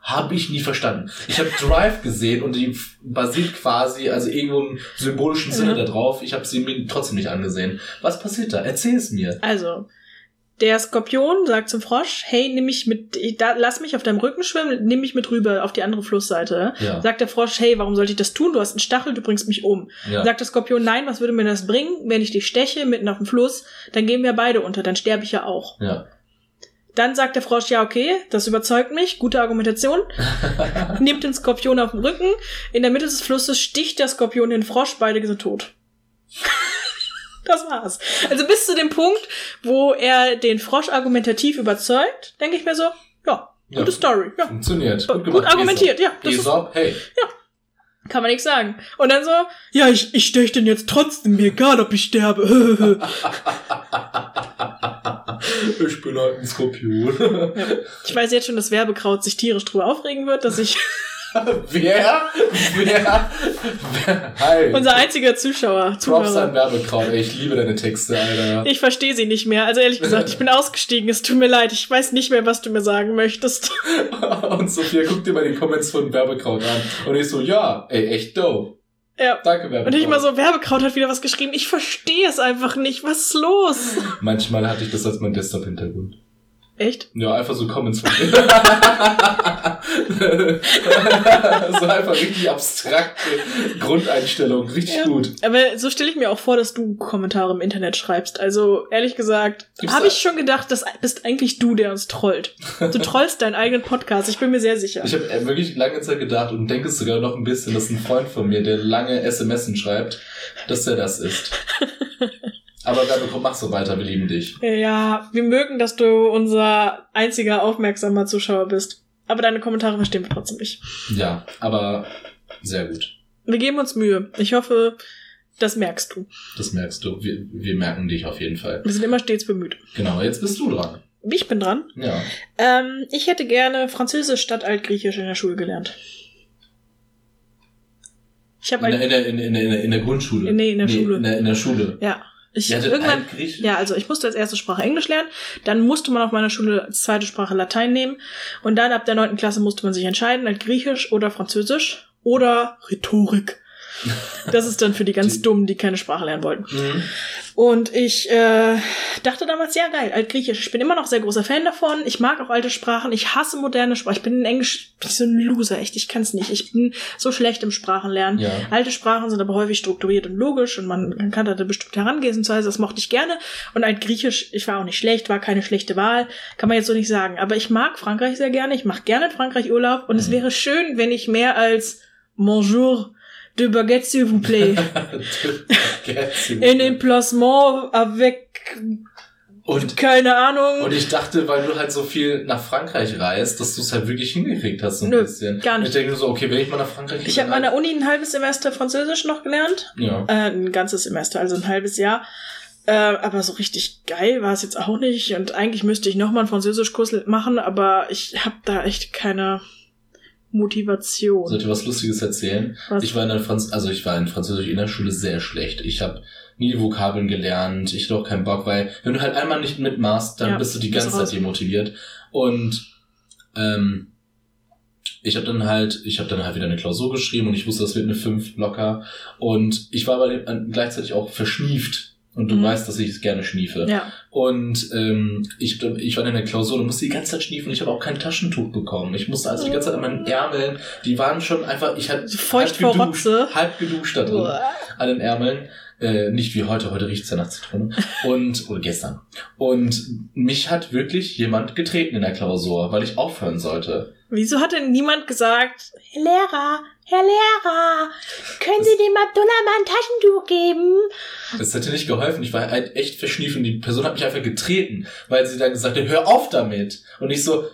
B: Habe ich nie verstanden. Ich habe Drive gesehen und die f- basiert quasi, also irgendwo im symbolischen Sinne
A: Ja.
B: da drauf. Ich habe sie mir trotzdem nicht angesehen. Was passiert da? Erzähl es mir.
A: Also, der Skorpion sagt zum Frosch, hey, nimm mich mit, da, lass mich auf deinem Rücken schwimmen, nimm mich mit rüber auf die andere Flussseite.
B: Ja.
A: Sagt der Frosch, hey, warum sollte ich das tun? Du hast einen Stachel, du bringst mich um.
B: ja.
A: Sagt der Skorpion, nein, was würde mir das bringen, wenn ich dich steche mitten auf dem Fluss? Dann gehen wir beide unter, dann sterbe ich ja auch.
B: ja.
A: Dann sagt der Frosch, ja, okay, das überzeugt mich, gute Argumentation. Nimmt den Skorpion auf den Rücken, in der Mitte des Flusses sticht der Skorpion den Frosch, beide sind tot. das war's. Also bis zu dem Punkt, wo er den Frosch argumentativ überzeugt, denke ich mir so, ja,
B: Ja.
A: Gute Story, ja.
B: Funktioniert.
A: Gut, argumentiert, ja. Das ist,
B: Aesop, Aesop hey.
A: kann man nichts sagen. Und dann so, ja, ich, ich steche den jetzt trotzdem, mir egal, ob ich sterbe.
B: ich bin halt ein Skorpion.
A: ich weiß jetzt schon, dass Werbekraut sich tierisch drüber aufregen wird, dass ich
B: Wer? Wer? Wer? Hi.
A: unser einziger Zuschauer,
B: Props an
A: Zuhörer,
B: Werbekraut. ey. Ich liebe deine Texte, Alter.
A: ich verstehe sie nicht mehr. Also ehrlich gesagt, ich bin ausgestiegen, es tut mir leid, ich weiß nicht mehr, was du mir sagen möchtest.
B: Und Sophia, guck dir mal die Comments von Werbekraut an. Und ich so, ja, ey, echt dope.
A: Ja.
B: Danke, Werbekraut.
A: Und ich mal so, Werbekraut hat wieder was geschrieben, ich verstehe es einfach nicht, was ist los?
B: Manchmal hatte ich das als mein Desktop-Hintergrund.
A: Echt?
B: Ja, einfach so Comments von mir. so einfach richtig abstrakte Grundeinstellung. Richtig
A: Ja.
B: gut.
A: Aber so stelle ich mir auch vor, dass du Kommentare im Internet schreibst. Also ehrlich gesagt,
B: Gibt's
A: habe
B: da-
A: ich schon gedacht, das bist eigentlich du, der uns trollt. Du trollst deinen eigenen Podcast, ich bin mir sehr sicher.
B: Ich habe wirklich lange Zeit gedacht und denke es sogar noch ein bisschen, dass ein Freund von mir, der lange SMSen schreibt, dass der das ist. Aber Werbekraut, mach so weiter, wir lieben dich.
A: Ja, wir mögen, dass du unser einziger aufmerksamer Zuschauer bist. Aber deine Kommentare verstehen wir trotzdem nicht.
B: Ja, aber sehr gut.
A: Wir geben uns Mühe. Ich hoffe, das merkst du.
B: Das merkst du. Wir, wir merken dich auf jeden Fall.
A: Wir sind immer stets bemüht.
B: Genau, jetzt bist du dran.
A: Ich bin dran.
B: Ja.
A: Ähm, ich hätte gerne Französisch statt Altgriechisch in der Schule gelernt. Ich
B: In
A: habe
B: der,
A: ein...
B: in der, in der, in der, in der Grundschule.
A: Nee, in der Schule.
B: In der, in der Schule.
A: Ja. Ich
B: Ihr hattet
A: irgendwann...
B: Altgriechisch?
A: Ja, also ich musste als erste Sprache Englisch lernen, dann musste man auf meiner Schule als zweite Sprache Latein nehmen und dann ab der neunten Klasse musste man sich entscheiden, halt Griechisch oder Französisch oder Rhetorik. Das ist dann für die ganz
B: Die-
A: Dummen, die keine Sprache lernen wollten.
B: Mhm.
A: Und ich äh, dachte damals, ja geil, Altgriechisch. Ich bin immer noch sehr großer Fan davon. Ich mag auch alte Sprachen. Ich hasse moderne Sprachen. Ich bin in Englisch bin ich so ein Loser, echt. Ich kann es nicht. Ich bin so schlecht im Sprachenlernen.
B: Ja.
A: Alte Sprachen sind aber häufig strukturiert und logisch und man, man kann da eine bestimmte Herangehensweise, das mochte ich gerne. Und ein Griechisch, ich war auch nicht schlecht, war keine schlechte Wahl, kann man jetzt so nicht sagen. Aber ich mag Frankreich sehr gerne, ich mache gerne in Frankreich Urlaub und es
B: Mhm.
A: wäre schön, wenn ich mehr als Bonjour de baguette s'il vous plaît in emplacement avec
B: und,
A: keine Ahnung.
B: und ich dachte, weil du halt so viel nach Frankreich reist, dass du es halt wirklich hingekriegt hast, so ein
A: Nö,
B: bisschen.
A: gar
B: Und
A: nicht.
B: Ich denke nur so, okay, wenn ich mal nach Frankreich
A: ich habe an der Uni ein halbes Semester Französisch noch gelernt.
B: Ja.
A: äh, ein ganzes Semester, also ein halbes Jahr. Äh, aber so richtig geil war es jetzt auch nicht. Und eigentlich müsste ich nochmal einen Französischkurs machen, aber ich habe da echt keine Motivation.
B: Sollte was Lustiges erzählen?
A: Was?
B: Ich war in der Franz also ich war in Französisch in der Schule sehr schlecht. Ich habe nie die Vokabeln gelernt, ich hatte auch keinen Bock, weil wenn du halt einmal nicht mitmachst, dann
A: Ja,
B: bist du die
A: bist
B: ganze
A: raus.
B: Zeit demotiviert. Und ähm, ich habe dann halt, ich habe dann halt wieder eine Klausur geschrieben und ich wusste, das wird eine 5 locker. Und ich war aber an- gleichzeitig auch verschnieft. Und du
A: Mhm.
B: weißt, dass ich es gerne schniefe.
A: ja,
B: Und ähm, ich, ich war in der Klausur und musste die ganze Zeit schniefen. Ich habe auch kein Taschentuch bekommen. Ich musste also die ganze Zeit an meinen Ärmeln, die waren schon einfach, ich hatte
A: Feucht vor Rotze.
B: halb geduscht da drin,
A: Uah.
B: an den Ärmeln. Äh, nicht wie heute, heute riecht's ja nach Zitrone. Und, oder gestern. Und mich hat wirklich jemand getreten in der Klausur, weil ich aufhören sollte.
A: Wieso hat denn niemand gesagt, Herr Lehrer, Herr Lehrer, können Sie dem Abdullah mal ein Taschentuch geben?
B: Es hätte nicht geholfen, ich war halt echt verschniefen. Die Person hat mich einfach getreten, weil sie dann gesagt hat, hör auf damit. Und ich so,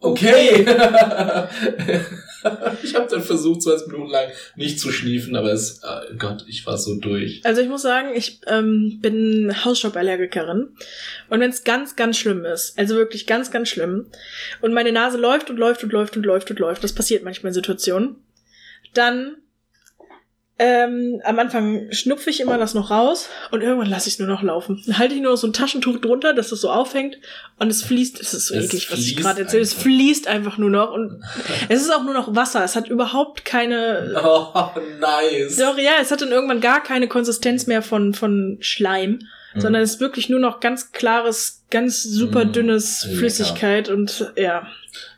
B: okay. ich habe dann versucht, 20 Minuten lang nicht zu schniefen, aber es, äh, Gott, ich war so durch.
A: Also ich muss sagen, ich ähm, bin Hausstauballergikerin. Und wenn es ganz, ganz schlimm ist, also wirklich ganz, ganz schlimm, und meine Nase läuft und läuft und läuft und läuft und läuft, das passiert manchmal in Situationen, dann ähm, am Anfang schnupfe ich immer das noch raus und irgendwann lasse ich es nur noch laufen. Dann halte ich nur noch so ein Taschentuch drunter, dass das so aufhängt und es fließt, es ist so
B: Es
A: eklig, was ich
B: fließt
A: gerade erzähle, es
B: einfach.
A: fließt einfach nur noch und es ist auch nur noch Wasser, es hat überhaupt keine
B: Oh, nice.
A: doch, ja, es hat dann irgendwann gar keine Konsistenz mehr von, von Schleim,
B: Mhm.
A: sondern es ist wirklich nur noch ganz klares, ganz super
B: Mhm.
A: dünnes
B: Lecker.
A: Flüssigkeit und ja.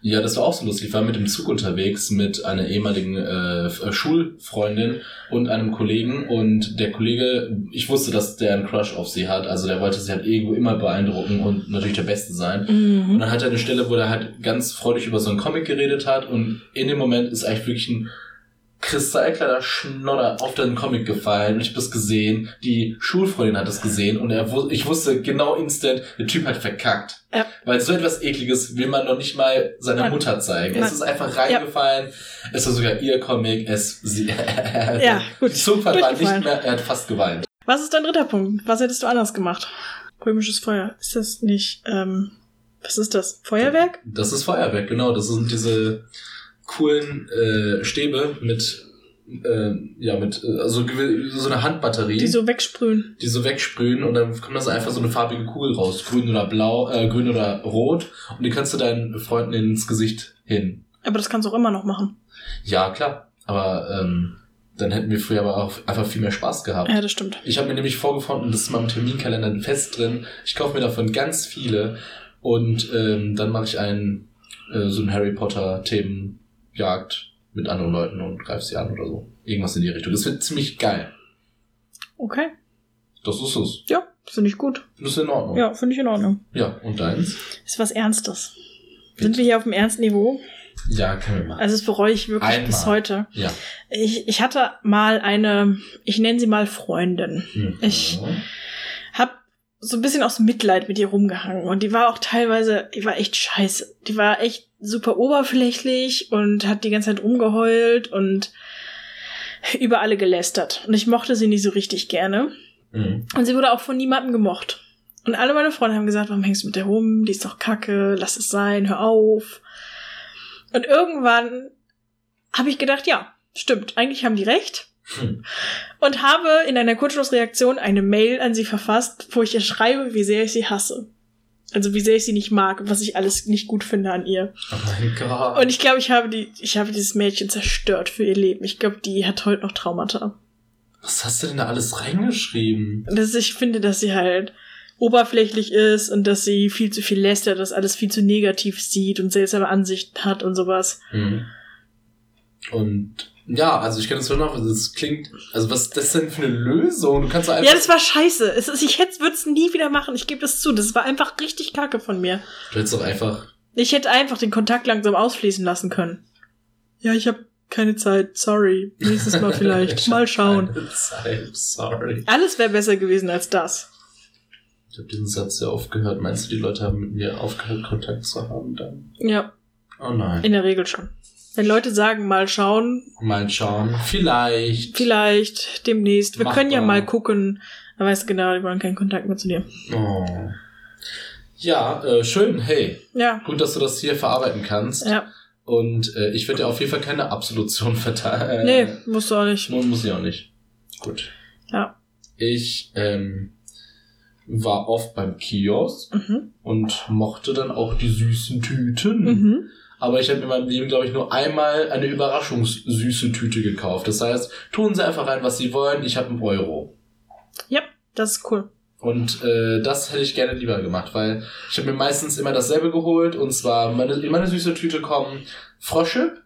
B: Ja, das war auch so lustig. Ich war mit dem Zug unterwegs mit einer ehemaligen äh, F- äh, Schulfreundin und einem Kollegen. Und der Kollege, ich wusste, dass der einen Crush auf sie hat. Also der wollte sie halt irgendwo immer beeindrucken und natürlich der Beste sein. Und
A: Mhm.
B: dann hat er eine Stelle, wo er halt ganz freudig über so einen Comic geredet hat. Und in dem Moment ist eigentlich wirklich ein kristallklarer Schnodder auf den Comic gefallen und ich hab das gesehen, die Schulfreundin hat das gesehen und er, wu- ich wusste genau instant, der Typ hat verkackt.
A: Ja.
B: Weil so etwas ekliges will man noch nicht mal seiner
A: Nein.
B: Mutter zeigen.
A: Nein.
B: Es ist einfach reingefallen, es war sogar ihr Comic, es, sie,
A: Ja,
B: die
A: gut.
B: Zugfahrt war nicht
A: Durchgefallen.
B: mehr, er hat fast geweint.
A: Was ist dein dritter Punkt? Was hättest du anders gemacht? Römisches Feuer. Ist das nicht, ähm, was ist das? Feuerwerk?
B: Das ist Feuerwerk, genau. Das sind diese coolen äh, Stäbe mit, äh, ja, mit, äh, also gewi- so eine Handbatterie,
A: Die so wegsprühen.
B: die so wegsprühen und dann kommt das einfach so eine farbige Kugel raus. Grün oder blau, äh, grün oder rot. Und die kannst du deinen Freunden ins Gesicht hin.
A: Aber das kannst du auch immer noch machen.
B: Ja, klar. Aber ähm, dann hätten wir früher aber auch einfach viel mehr Spaß gehabt.
A: Ja, das stimmt.
B: Ich habe mir nämlich vorgefunden, das ist in meinem Terminkalender fest drin. Ich kaufe mir davon ganz viele und ähm, dann mache ich einen äh, so einen Harry Potter Themenjagd mit anderen Leuten und greif sie an oder so. Irgendwas in die Richtung. Das wird ziemlich geil.
A: Okay.
B: Das ist es.
A: Ja, finde ich gut.
B: Das ist in Ordnung.
A: Ja, finde ich in Ordnung.
B: ja und deins?
A: Ist was Ernstes. Sind wir hier auf dem ernsten Niveau?
B: Ja, können wir machen.
A: Also das bereue ich wirklich
B: Einmal.
A: bis heute.
B: ja.
A: Ich, ich hatte mal eine, ich nenne sie mal Freundin.
B: Mhm.
A: Ich- hab so ein bisschen aus Mitleid mit ihr rumgehangen und die war auch teilweise, die war echt scheiße. Die war echt super oberflächlich und hat die ganze Zeit rumgeheult und über alle gelästert. Und ich mochte sie nicht so richtig gerne.
B: Mhm.
A: Und sie wurde auch von niemandem gemocht. Und alle meine Freunde haben gesagt, warum hängst du mit der rum? Die ist doch kacke, lass es sein, hör auf. Und irgendwann habe ich gedacht, ja, stimmt, eigentlich haben die recht
B: Hm.
A: und habe in einer Kurzschlussreaktion eine Mail an sie verfasst, wo ich ihr schreibe, wie sehr ich sie hasse. Also wie sehr ich sie nicht mag, was ich alles nicht gut finde an ihr.
B: Oh mein Gott.
A: Und ich glaube, ich habe die, ich habe dieses Mädchen zerstört für ihr Leben. Ich glaube, die hat heute noch Traumata.
B: Was hast du denn da alles reingeschrieben?
A: Und Das, ich finde, dass sie halt oberflächlich ist und dass sie viel zu viel lästert, dass alles viel zu negativ sieht und seltsame Ansichten hat und sowas.
B: Mhm. Und ja, also ich kann das schon noch, das klingt, also was ist das denn für eine Lösung? Du kannst doch einfach,
A: Ja, das war scheiße. Es ist, ich hätte, würde es nie wieder machen. Ich gebe das zu. Das war einfach richtig kacke von mir.
B: du hättest doch einfach,
A: Ich hätte einfach den Kontakt langsam ausfließen lassen können. Ja, ich habe keine Zeit. Sorry. Nächstes Mal vielleicht. Mal schauen.
B: Keine Zeit, sorry.
A: Alles wäre besser gewesen als das.
B: Ich habe diesen Satz sehr oft gehört. Meinst du, die Leute haben mit mir aufgehört, Kontakt zu haben dann?
A: Ja,
B: Oh nein.
A: in der Regel schon. Wenn Leute sagen, mal schauen,
B: Mal schauen. Vielleicht.
A: vielleicht demnächst. Wir können ja
B: Machbar.
A: mal gucken. Dann weißt du genau, die wollen keinen Kontakt mehr zu dir.
B: Oh. Ja, äh, schön. Hey,
A: Ja,
B: gut, dass du das hier verarbeiten kannst.
A: ja.
B: Und äh, ich werde dir auf jeden Fall keine Absolution verteilen.
A: Nee, musst du auch nicht.
B: Nun muss ich auch nicht. Gut.
A: Ja.
B: Ich ähm, war oft beim Kiosk
A: Mhm.
B: und mochte dann auch die süßen Tüten.
A: Mhm.
B: Aber ich habe in meinem Leben, glaube ich, nur einmal eine überraschungssüße Tüte gekauft. Das heißt, tun Sie einfach rein, was Sie wollen. Ich habe einen Euro.
A: Ja, das ist cool.
B: Und äh, das hätte ich gerne lieber gemacht, weil ich habe mir meistens immer dasselbe geholt. Und zwar meine, in meine süße Tüte kommen Frosche,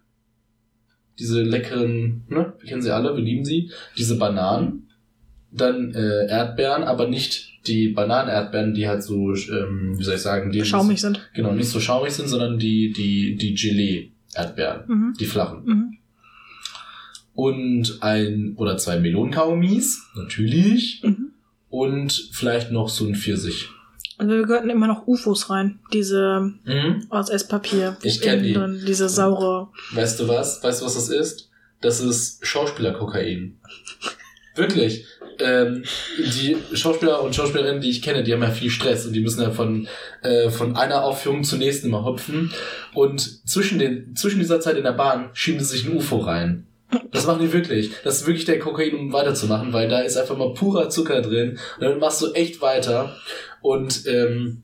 B: diese leckeren, ne, wir kennen sie alle, wir lieben sie, diese Bananen, dann äh, Erdbeeren, aber nicht die Bananen-Erdbeeren, die halt so, ähm, wie soll ich sagen, die
A: Schaumig sind.
B: genau nicht so schaumig sind, sondern die die die Gelee-Erdbeeren,
A: Mhm.
B: die flachen.
A: Mhm.
B: Und ein oder zwei Melonenkaugummis, natürlich,
A: Mhm.
B: und vielleicht noch so ein Pfirsich.
A: Und wir gehörten immer noch UFOs rein. Diese ähm,
B: Mhm.
A: aus Esspapier.
B: Ich kenn
A: Innen
B: die.
A: drin, Diese saure
B: Weißt du was? Weißt du, was das ist? Das ist Schauspielerkokain. Wirklich. Ähm, die Schauspieler und Schauspielerinnen, die ich kenne, die haben ja viel Stress und die müssen ja von, äh, von einer Aufführung zur nächsten immer hüpfen. Und zwischen, den, zwischen dieser Zeit in der Bahn schieben sie sich ein UFO rein. Das machen die wirklich. Das ist wirklich der Kokain, um weiterzumachen, weil da ist einfach mal purer Zucker drin. Und dann machst du echt weiter. Und ähm,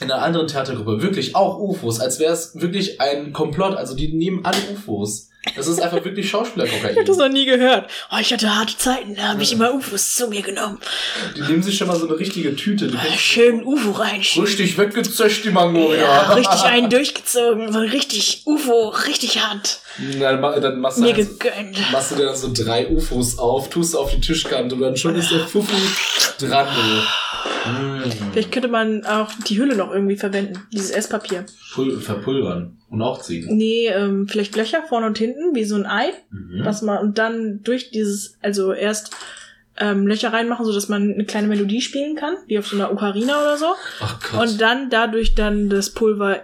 B: in einer anderen Theatergruppe wirklich auch UFOs, als wäre es wirklich ein Komplott. Also die nehmen alle UFOs. Das ist einfach wirklich
A: Ich
B: Schauspielerkokain.
A: habe das noch nie gehört. Oh, ich hatte harte Zeiten, da habe ich immer UFOs zu mir genommen.
B: Die nehmen sich schon mal so eine richtige Tüte. Die
A: Äh, Schön UFO reinschieben.
B: richtig weggezöscht, die Magnolia.
A: Ja, richtig einen durchgezogen. So richtig UFO, richtig hart.
B: Hm, Dann, ma- dann machst, du
A: Mir
B: halt so,
A: gegönnt.
B: machst du dir dann so drei UFOs auf, tust du Hm, auf die Tischkante und dann schon ist der Fuffi dran. Du.
A: Vielleicht könnte man auch die Hülle noch irgendwie verwenden, dieses Esspapier.
B: Pul verpulvern und auch ziehen.
A: Nee, ähm, vielleicht Löcher vorne und hinten, wie so ein Ei,
B: Mhm.
A: was man und dann durch dieses, also erst ähm, Löcher reinmachen, so dass man eine kleine Melodie spielen kann, wie auf so einer Ocarina oder so.
B: Ach Gott.
A: Und dann dadurch dann das Pulver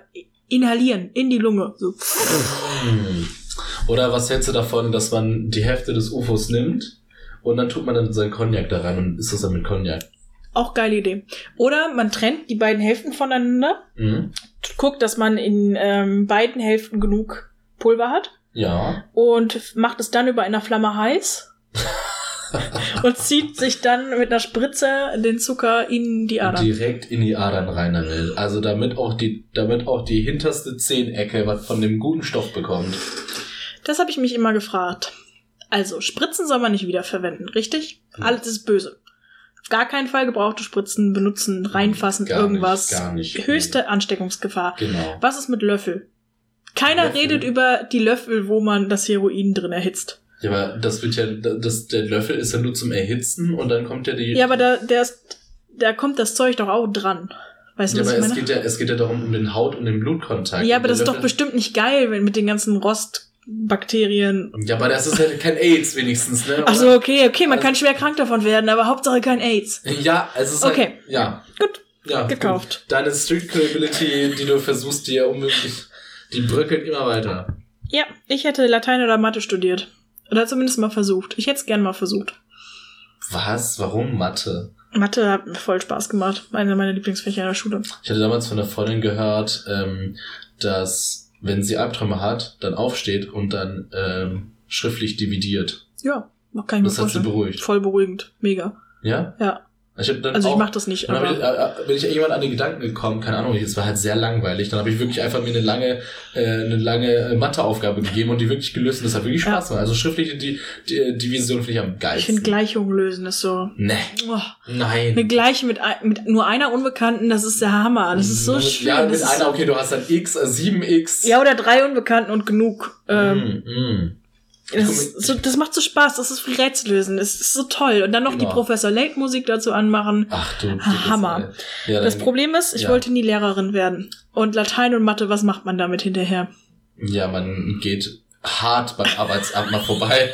A: inhalieren in die Lunge. So.
B: Hm. Oder was hältst du davon, dass man die Hälfte des UFOs nimmt und dann tut man dann seinen Cognac da rein und isst das dann mit Cognac?
A: Auch geile Idee. Oder man trennt die beiden Hälften voneinander,
B: Mhm.
A: guckt, dass man in ähm, beiden Hälften genug Pulver hat.
B: Ja.
A: und macht es dann über einer Flamme heiß und zieht sich dann mit einer Spritze den Zucker in die Adern.
B: Direkt in die Adern rein damit. Also damit auch die, damit auch die hinterste Zehnecke was von dem guten Stoff bekommt.
A: Das habe ich mich immer gefragt. Also, Spritzen soll man nicht wiederverwenden, richtig?
B: Ja.
A: Alles ist böse. Auf gar keinen Fall gebrauchte Spritzen benutzen, reinfassen,
B: Gar
A: irgendwas.
B: Nicht, gar nicht.
A: Höchste Ansteckungsgefahr.
B: Genau.
A: Was ist mit Löffel? Keiner
B: Löffel?
A: redet über die Löffel, wo man das Heroin drin erhitzt.
B: Ja, aber das wird ja, das, der Löffel ist ja nur zum Erhitzen und dann kommt ja die.
A: Ja, aber da, der ist, da kommt das Zeug doch auch dran. Weißt du,
B: Ja,
A: was
B: aber
A: ich
B: es
A: meine?
B: geht ja, es geht ja darum um den Haut und den Blutkontakt.
A: Ja,
B: Und
A: aber
B: der
A: das ist doch
B: Löffel-
A: bestimmt nicht geil, wenn mit den ganzen Rostbakterien.
B: Ja, aber das ist ja kein AIDS wenigstens, ne?
A: Ach so,
B: Oder-
A: okay, okay, man
B: Also-
A: kann schwer krank davon werden, aber Hauptsache kein AIDS.
B: Ja, es ist
A: Okay.
B: halt, ja,
A: Gut,
B: ja.
A: gekauft.
B: Deine Street Credibility, die du versuchst dir unmöglich, die bröckelt immer weiter.
A: Ja, ich hätte Latein oder Mathe studiert. Oder zumindest mal versucht. Ich hätte es gern mal versucht.
B: Was? Warum Mathe?
A: Mathe hat mir voll Spaß gemacht. Einer meiner Lieblingsfächer in der Schule.
B: Ich hatte damals von einer Freundin gehört, ähm, dass wenn sie Albträume hat, dann aufsteht und dann ähm, schriftlich dividiert.
A: Ja, noch kann ich mir
B: Das hat sie
A: vorstellen.
B: beruhigt.
A: Voll beruhigend. Mega.
B: Ja?
A: Ja.
B: Ich hab dann
A: Also ich
B: auch,
A: mach das nicht,
B: Dann hab ich,
A: aber
B: äh, äh, bin ich irgendwann an den Gedanken gekommen, keine Ahnung, es war halt sehr langweilig. Dann habe ich wirklich einfach mir eine lange, äh, eine lange äh, Matheaufgabe gegeben und die wirklich gelöst und das hat wirklich
A: Ja.
B: Spaß gemacht. Also schriftliche Di Di Division äh, finde ich am
A: ich
B: geilsten.
A: finde Gleichungen lösen ist so.
B: nee,
A: Oh,
B: Mhm.
A: eine
B: nein.
A: Gleiche mit, ein- mit nur einer Unbekannten, das ist der Hammer. Das ist so
B: Nur mit-
A: schön.
B: Mhm. Ja,
A: das
B: mit
A: ist
B: einer,
A: so
B: okay, du hast dann X, äh, 7X.
A: Ja, oder drei Unbekannten und genug. Ähm,
B: Mm, mm.
A: das,
B: Ich
A: ist
B: komm-
A: so, das macht so Spaß, das ist wie Rätsellösen. Das ist so toll. Und dann noch
B: Genau.
A: die Professor Lake Musik dazu anmachen.
B: Ach du. dickes
A: Ah, Hammer.
B: Ei. Ja,
A: Das
B: dann-
A: Problem ist, ich
B: Äh, ja.
A: wollte nie Lehrerin werden. Und Latein und Mathe, was macht man damit hinterher?
B: Ja, man geht hart beim Arbeitsamt mal vorbei.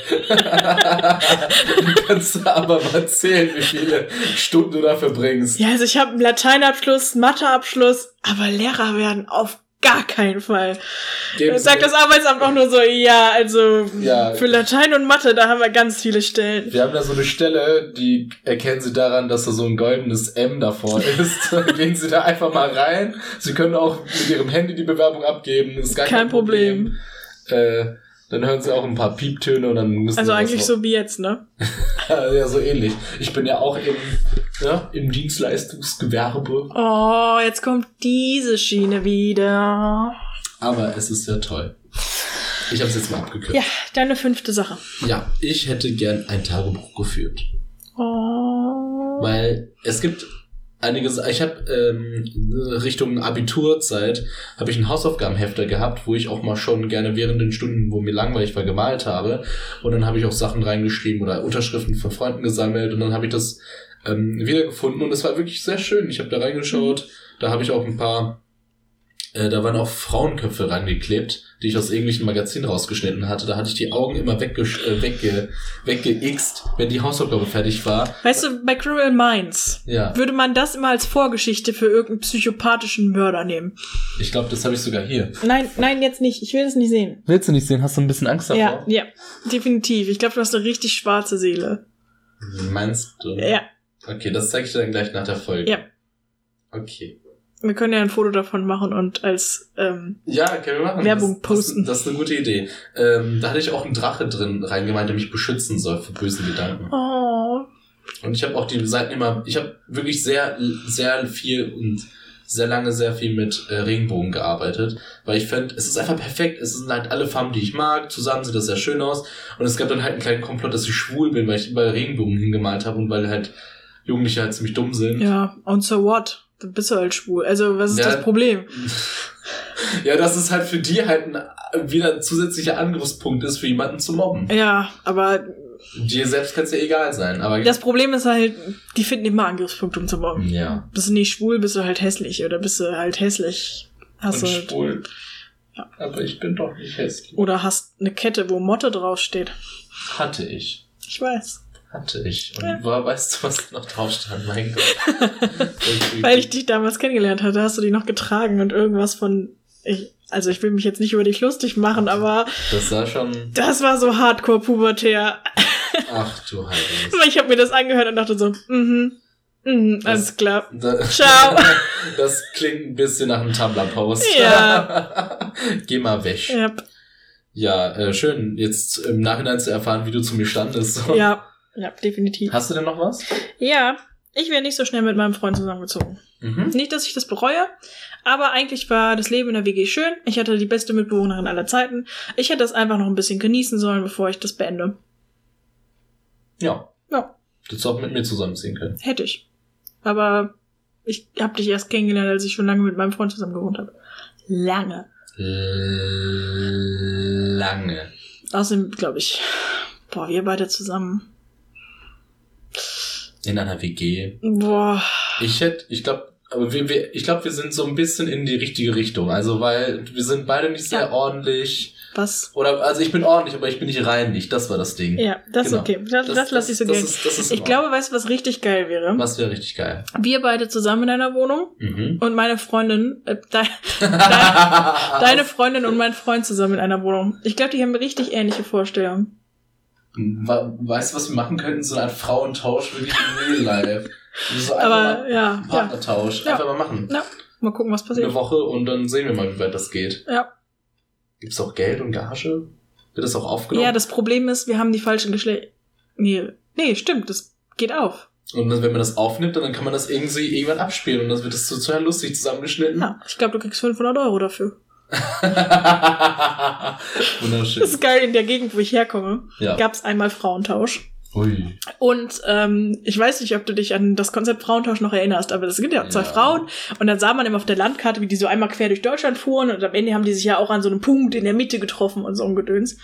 B: Kannst du aber mal zählen, wie viele Stunden du da verbringst.
A: Ja, also ich habe einen Lateinabschluss, Matheabschluss, aber Lehrer werden auf gar keinen Fall.
B: Geben Sie
A: Sagt
B: mir-
A: das Arbeitsamt auch nur so, ja, also
B: Ja.
A: für Latein und Mathe, da haben wir ganz viele Stellen.
B: Wir haben da so eine Stelle, die erkennen Sie daran, dass da so ein goldenes M davor ist. Gehen Sie da einfach mal rein. Sie können auch mit Ihrem Handy die Bewerbung abgeben. Ist gar kein,
A: Kein
B: Problem. Äh, dann hören Sie auch ein paar Pieptöne und dann müssen
A: Also
B: Sie was
A: eigentlich
B: noch-
A: so wie jetzt, ne?
B: ja, so ähnlich. Ich bin ja auch im, ja, im Dienstleistungsgewerbe.
A: Oh, jetzt kommt diese Schiene wieder.
B: Aber es ist ja toll. Ich habe es jetzt mal abgekürzt.
A: Ja, deine fünfte Sache.
B: ja, ich hätte gern ein Tagebuch geführt.
A: Oh.
B: Weil es gibt einige, Sa- ich habe ähm, Richtung Abiturzeit habe ich einen Hausaufgabenhefter gehabt, wo ich auch mal schon gerne während den Stunden, wo mir langweilig war, gemalt habe. Und dann habe ich auch Sachen reingeschrieben oder Unterschriften von Freunden gesammelt und dann habe ich das ähm, wiedergefunden und es war wirklich sehr schön. Ich habe da reingeschaut, da habe ich auch ein paar, äh, da waren auch Frauenköpfe rangeklebt, die ich aus irgendwelchen Magazinen rausgeschnitten hatte. Da hatte ich die Augen immer weggesch äh, wegge weggeixt, wenn die Hausaufgabe fertig war.
A: Weißt du, bei Criminal Minds
B: Ja.
A: würde man das immer als Vorgeschichte für irgendeinen psychopathischen Mörder nehmen.
B: Ich glaube, das habe ich sogar hier.
A: Nein, nein, jetzt nicht. Ich will das nicht sehen.
B: Willst du nicht sehen? Hast du ein bisschen Angst
A: Ja, ja, definitiv. Ich glaube, du hast eine richtig schwarze Seele.
B: Meinst du?
A: Ja,
B: Okay, das zeige ich dir dann gleich nach der Folge.
A: Ja.
B: Okay.
A: wir können ja ein Foto davon machen und als ähm,
B: Ja, können wir machen.
A: Werbung
B: das, das-
A: posten.
B: Das, ist eine gute Idee. Ähm, da hatte ich auch einen Drache drin reingemeint, der mich beschützen soll vor bösen Gedanken.
A: oh,
B: Und ich habe auch die Seiten immer, ich habe wirklich sehr, sehr viel und sehr lange sehr viel mit äh, Regenbogen gearbeitet, weil ich finde, es ist einfach perfekt, es sind halt alle Farben, die ich mag, zusammen sieht das sehr schön aus und es gab dann halt einen kleinen Komplott, dass ich schwul bin, weil ich überall Regenbogen hingemalt habe und weil halt Jugendliche halt ziemlich dumm sind.
A: ja, und so what? Dann bist du halt schwul. Also, was ist
B: Ja.
A: das Problem?
B: Ja, dass es halt für die halt ein, wieder ein zusätzlicher Angriffspunkt ist, für jemanden zu mobben.
A: Ja, aber
B: Dir selbst kann es ja egal sein, aber
A: Das Problem ist halt, die finden immer Angriffspunkte, um zu mobben.
B: ja.
A: Bist du nicht schwul, bist du halt hässlich. Oder bist du halt hässlich. Hast
B: Und
A: du halt,
B: schwul.
A: Ja.
B: Aber ich bin doch nicht hässlich.
A: oder hast eine Kette, wo Motte draufsteht.
B: Hatte ich.
A: Ich weiß.
B: Hatte ich. Und
A: Ja.
B: war, weißt du, was da noch drauf stand? Mein Gott. Irgendwie-
A: Weil ich dich damals kennengelernt hatte, hast du die noch getragen und irgendwas von. Ich, also ich will mich jetzt nicht über dich lustig machen, aber
B: das sah schon.
A: das war so hardcore pubertär.
B: Ach du Heilige.
A: Ich habe mir das angehört und dachte so, mhm, mhm, alles klar.
B: Da-
A: Ciao.
B: Das klingt ein bisschen nach einem Tumblr-Post.
A: Ja.
B: Geh mal weg. Ja,
A: Ja,
B: äh, schön, jetzt im Nachhinein zu erfahren, wie du zu mir standest.
A: ja, ja, definitiv.
B: Hast du denn noch was?
A: Ja, ich wäre nicht so schnell mit meinem Freund zusammengezogen.
B: Mhm.
A: Nicht, dass ich das bereue, aber eigentlich war das Leben in der WG schön. Ich hatte die beste Mitbewohnerin aller Zeiten. Ich hätte das einfach noch ein bisschen genießen sollen, bevor ich das beende.
B: Ja.
A: Ja.
B: Du hättest auch mit mir zusammenziehen können.
A: Hätte ich. Aber ich habe dich erst kennengelernt, als ich schon lange mit meinem Freund zusammen gewohnt habe. Lange.
B: Lange.
A: Außerdem, glaube ich, boah, wir beide zusammen.
B: In einer WG.
A: Boah.
B: Ich hätte, ich glaube, aber wir, wir, ich glaube, wir sind so ein bisschen in die richtige Richtung. Also, weil wir sind beide nicht sehr
A: Ja.
B: ordentlich.
A: Was?
B: Oder, also ich bin ordentlich, aber ich bin nicht reinlich. Das war das Ding.
A: Ja, das
B: Genau.
A: ist okay. Das, das, lasse ich so
B: das
A: gehen.
B: Ist, das ist in
A: Ich glaube, weißt du, was richtig geil wäre?
B: Ordnung. Was wäre richtig geil.
A: Wir beide zusammen in einer Wohnung
B: Mhm.
A: und meine Freundin, äh, de
B: Ah,
A: deine
B: Deine
A: Freundin und mein Freund zusammen in einer Wohnung. Ich glaube, die haben richtig ähnliche Vorstellungen.
B: Weißt du, was wir machen könnten? So eine Art Frauentausch wirklich im Real Life. So einfach
A: Aber
B: mal
A: ja, ja.
B: Partnertausch.
A: Ja.
B: Einfach mal machen.
A: Mal gucken, was
B: Eine
A: passiert.
B: Woche und dann sehen wir mal, wie weit das geht.
A: Ja.
B: Gibt es auch Geld und Gage? Wird das auch aufgenommen?
A: Ja, das Problem ist, wir haben die falschen Geschlechter. Nee, nee, stimmt, das geht auf.
B: und dann, wenn man das aufnimmt, dann kann man das irgendwie irgendwann abspielen und dann wird das so total lustig zusammengeschnitten.
A: Ja, ich glaube, du kriegst 500 Euro dafür.
B: Wunderschön.
A: Das ist geil, in der Gegend, wo ich herkomme,
B: ja.
A: gab es einmal Frauentausch.
B: Ui.
A: Und ähm, ich weiß nicht, ob du dich an das Konzept Frauentausch noch erinnerst, aber es sind ja zwei
B: Ja.
A: Frauen und dann sah man immer auf der Landkarte, wie die so einmal quer durch Deutschland fuhren und am Ende haben die sich ja auch an so einem Punkt in der Mitte getroffen und so ein Gedöns.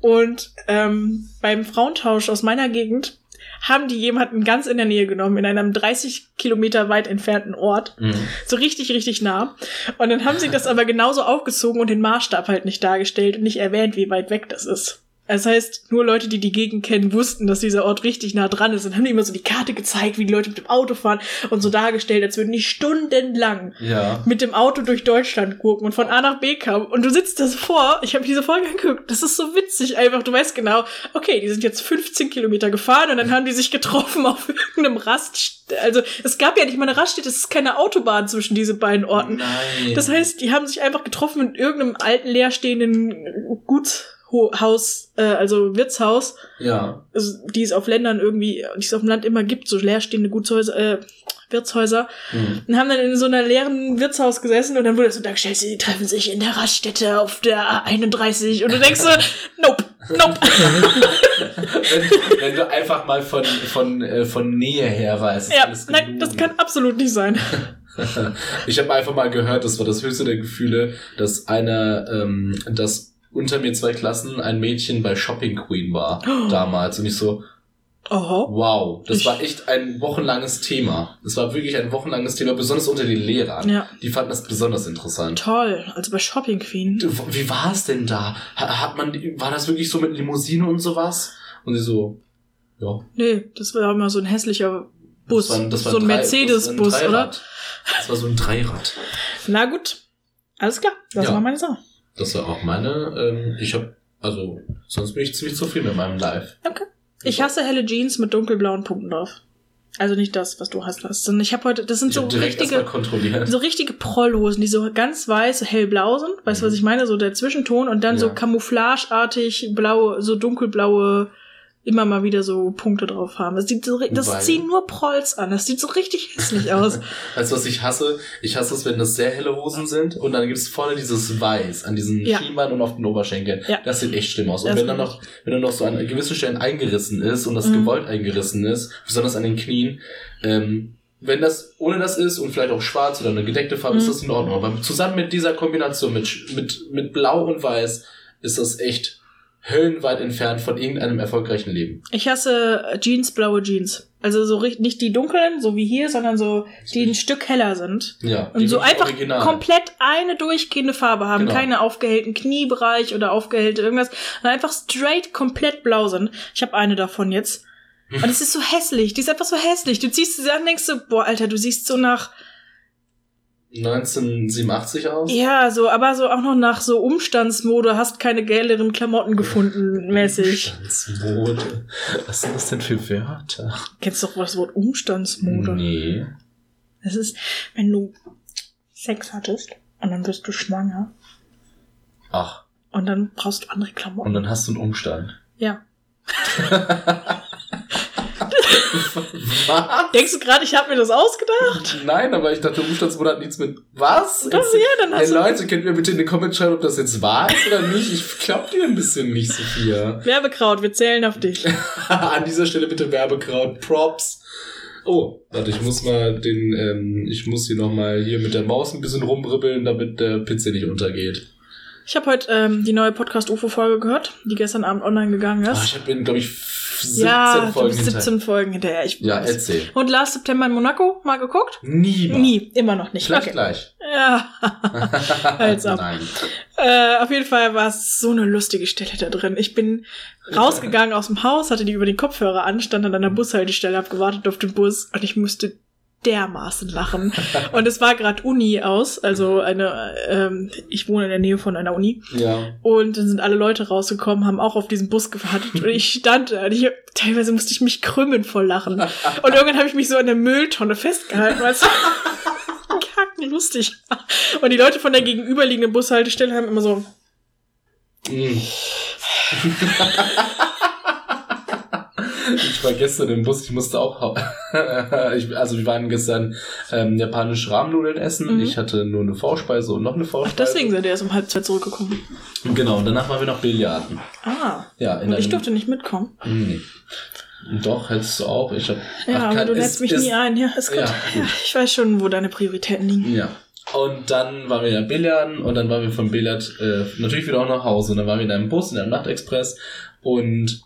A: Und ähm, beim Frauentausch aus meiner Gegend haben die jemanden ganz in der Nähe genommen, in einem 30 Kilometer weit entfernten Ort.
B: Mhm.
A: So richtig, richtig nah. Und dann haben sie das aber genauso aufgezogen und den Maßstab halt nicht dargestellt und nicht erwähnt, wie weit weg das ist. Das heißt, nur Leute, die die Gegend kennen, wussten, dass dieser Ort richtig nah dran ist und haben immer so die Karte gezeigt, wie die Leute mit dem Auto fahren und so dargestellt, als würden die stundenlang
B: Ja.
A: mit dem Auto durch Deutschland gucken und von A nach B kamen. Und du sitzt da so vor, ich habe diese Folge angeguckt, das ist so witzig einfach, du weißt genau, okay, die sind jetzt 15 Kilometer gefahren und dann haben die sich getroffen auf irgendeinem Rast. Also es gab ja nicht mal eine Raststätte, es ist keine Autobahn zwischen diese beiden Orten.
B: Nein.
A: Oh, Das heißt, die haben sich einfach getroffen in irgendeinem alten leerstehenden Gutshaus, äh, also Wirtshaus,
B: Ja.
A: also, die es auf Ländern irgendwie, die es auf dem Land immer gibt, so leerstehende Gutshäuser, äh, Wirtshäuser.
B: Mhm.
A: Und haben dann in so einer leeren Wirtshaus gesessen und dann wurde das untergestellt, sie treffen sich in der Raststätte auf der A31 und du denkst so, nope, nope.
B: wenn, wenn du einfach mal von, von, äh, von Nähe her weißt. ist
A: Ja,
B: alles
A: nein, das
B: gelogen.
A: kann absolut nicht sein.
B: ich habe einfach mal gehört, das war das höchste der Gefühle, dass einer, ähm, dass unter mir zwei Klassen ein Mädchen bei Shopping Queen war
A: Oh.
B: damals. Und ich so,
A: Oho.
B: wow, das
A: Ich-
B: war echt ein wochenlanges Thema. Das war wirklich ein wochenlanges Thema, besonders unter den Lehrern.
A: Ja,
B: Die fanden das besonders interessant.
A: toll. Also bei Shopping Queen.
B: Du, Wie war es denn da? Ha- Hat man, war das wirklich so mit Limousine und sowas? Und sie so, ja.
A: Nee, das war immer so ein hässlicher Bus.
B: Das waren- das waren
A: so ein
B: drei-
A: Mercedes-Bus,
B: das war ein
A: oder?
B: Dreirad. Das war so ein Dreirad.
A: Na gut. Alles klar, das
B: Ja.
A: war meine Sache.
B: Das war auch meine. Ähm, ich habe, also, sonst bin ich ziemlich zufrieden mit meinem Live.
A: Okay. Ich hasse helle Jeans mit dunkelblauen Punkten drauf. Also nicht das, was du hast, hast. Ich habe heute, das sind
B: ich
A: so
B: hab direkt
A: richtige
B: erstmal kontrolliert.
A: so richtige Prollhosen, die so ganz weiß, hellblau sind, weißt du, was ich meine? So der Zwischenton und dann so
B: Ja.
A: camouflageartig blaue, so dunkelblaue, immer mal wieder so Punkte drauf haben. Das, sieht so, ri-
B: Wobei-
A: das ziehen nur Prolls an, das sieht so richtig hässlich aus.
B: Weißt du, was ich hasse? Ich hasse es, wenn das sehr helle Hosen sind und dann gibt's vorne dieses Weiß an diesen
A: Ja.
B: Schienbein und auf den Oberschenkeln.
A: Ja.
B: Das sieht echt schlimm aus. Und
A: Das
B: wenn dann
A: find
B: noch, wenn dann noch so an gewissen Stellen eingerissen ist und das
A: Mhm.
B: gewollt eingerissen ist, besonders an den Knien, ähm, wenn das ohne das ist und vielleicht auch schwarz oder eine gedeckte Farbe, ist
A: Mhm.
B: das in Ordnung. Aber zusammen mit dieser Kombination mit, Sch- mit, mit Blau und Weiß ist das echt höllenweit entfernt von irgendeinem erfolgreichen Leben.
A: Ich hasse äh, Jeans, blaue Jeans. Also so richt- nicht die dunklen, so wie hier, sondern so, die ein Stück heller sind.
B: Ja.
A: Und
B: die
A: so
B: wirklich
A: einfach
B: original.
A: komplett eine durchgehende Farbe haben.
B: Genau.
A: Keine aufgehellten Kniebereich oder aufgehellte irgendwas. Sondern einfach straight komplett blau sind. Ich habe eine davon jetzt. Und es ist so hässlich. Die ist einfach so hässlich. Du ziehst sie an und denkst so, boah, Alter, du siehst so nach,
B: 1987 aus.
A: ja, so, aber so auch noch nach so Umstandsmode, hast keine geleren Klamotten gefunden, mäßig.
B: Umstandsmode. Was sind das denn für Wörter?
A: Kennst doch das Wort Umstandsmode.
B: Nee.
A: Das ist, wenn du Sex hattest und dann wirst du schwanger
B: Ach,
A: und dann brauchst du andere
B: und
A: Klamotten.
B: dann hast du einen Umstand.
A: Ja.
B: Was?
A: Denkst du gerade, ich habe mir das ausgedacht?
B: Nein, aber ich dachte, Umstandsmode hat nichts mit. Was?
A: Das, ja, dann
B: Hey
A: hast du.
B: Leute, könnt ihr bitte in den Comments schreiben, ob das jetzt wahr ist oder nicht? Ich glaub dir ein bisschen nicht, Sophia.
A: Werbekraut, wir zählen auf dich.
B: An dieser Stelle bitte Werbekraut. Props. Oh, warte, ich muss mal den, ähm, ich muss hier nochmal hier mit der Maus ein bisschen rumribbeln, damit der PC nicht untergeht.
A: Ich habe heute ähm, die neue Podcast-UFO-Folge gehört, die gestern Abend online gegangen
B: Ah,
A: ist.
B: ich habe glaube ich, f- 17
A: ja, du
B: Folgen
A: bist 17
B: hinterher.
A: Folgen hinterher. Ich
B: Ja,
A: weiß.
B: erzähl.
A: Und Last September in Monaco, mal geguckt?
B: Nie. war.
A: Nie, immer noch nicht.
B: Vielleicht
A: okay.
B: gleich.
A: Ja. Als ob.
B: Nein.
A: Äh, auf jeden Fall war es so eine lustige Stelle da drin. Ich bin rausgegangen aus dem Haus, hatte die über den Kopfhörer an, stand an einer Bushaltestelle, hab gewartet auf den Bus und ich musste dermaßen lachen. Und es war gerade Uni aus, also eine, ähm, ich wohne in der Nähe von einer Uni.
B: Ja.
A: Und dann sind alle Leute rausgekommen, haben auch auf diesen Bus gewartet und ich stand da. Und ich, teilweise musste ich mich krümmen vor Lachen. Und irgendwann habe ich mich so an der Mülltonne festgehalten, weil es kacken lustig war. Und die Leute von der gegenüberliegenden Bushaltestelle haben immer so,
B: Mm. Ich war gestern im Bus, ich musste auch. hau- ich, also, wir waren gestern ähm, japanisch Rahmnudeln essen.
A: Mhm.
B: Ich hatte nur eine Vorspeise und noch eine
A: ach,
B: Vorspeise.
A: deswegen seid ihr erst um halb zwei zurückgekommen.
B: Genau, und danach waren wir noch Billiarden.
A: Ah.
B: Ja, in
A: Und ich
B: einem-
A: durfte nicht mitkommen.
B: Nee. Doch, hättest du auch. Ich hab,
A: Ja,
B: Ach,
A: aber
B: kann-
A: du
B: es
A: lädst mich
B: ist-
A: nie ein. Ja, ist gut.
B: Ja, gut.
A: Ja, ich weiß schon, wo deine Prioritäten liegen.
B: Ja. Und dann waren wir ja Billiarden und dann waren wir von Billard äh, natürlich wieder auch nach Hause. Und dann waren wir in einem Bus, in einem Nachtexpress und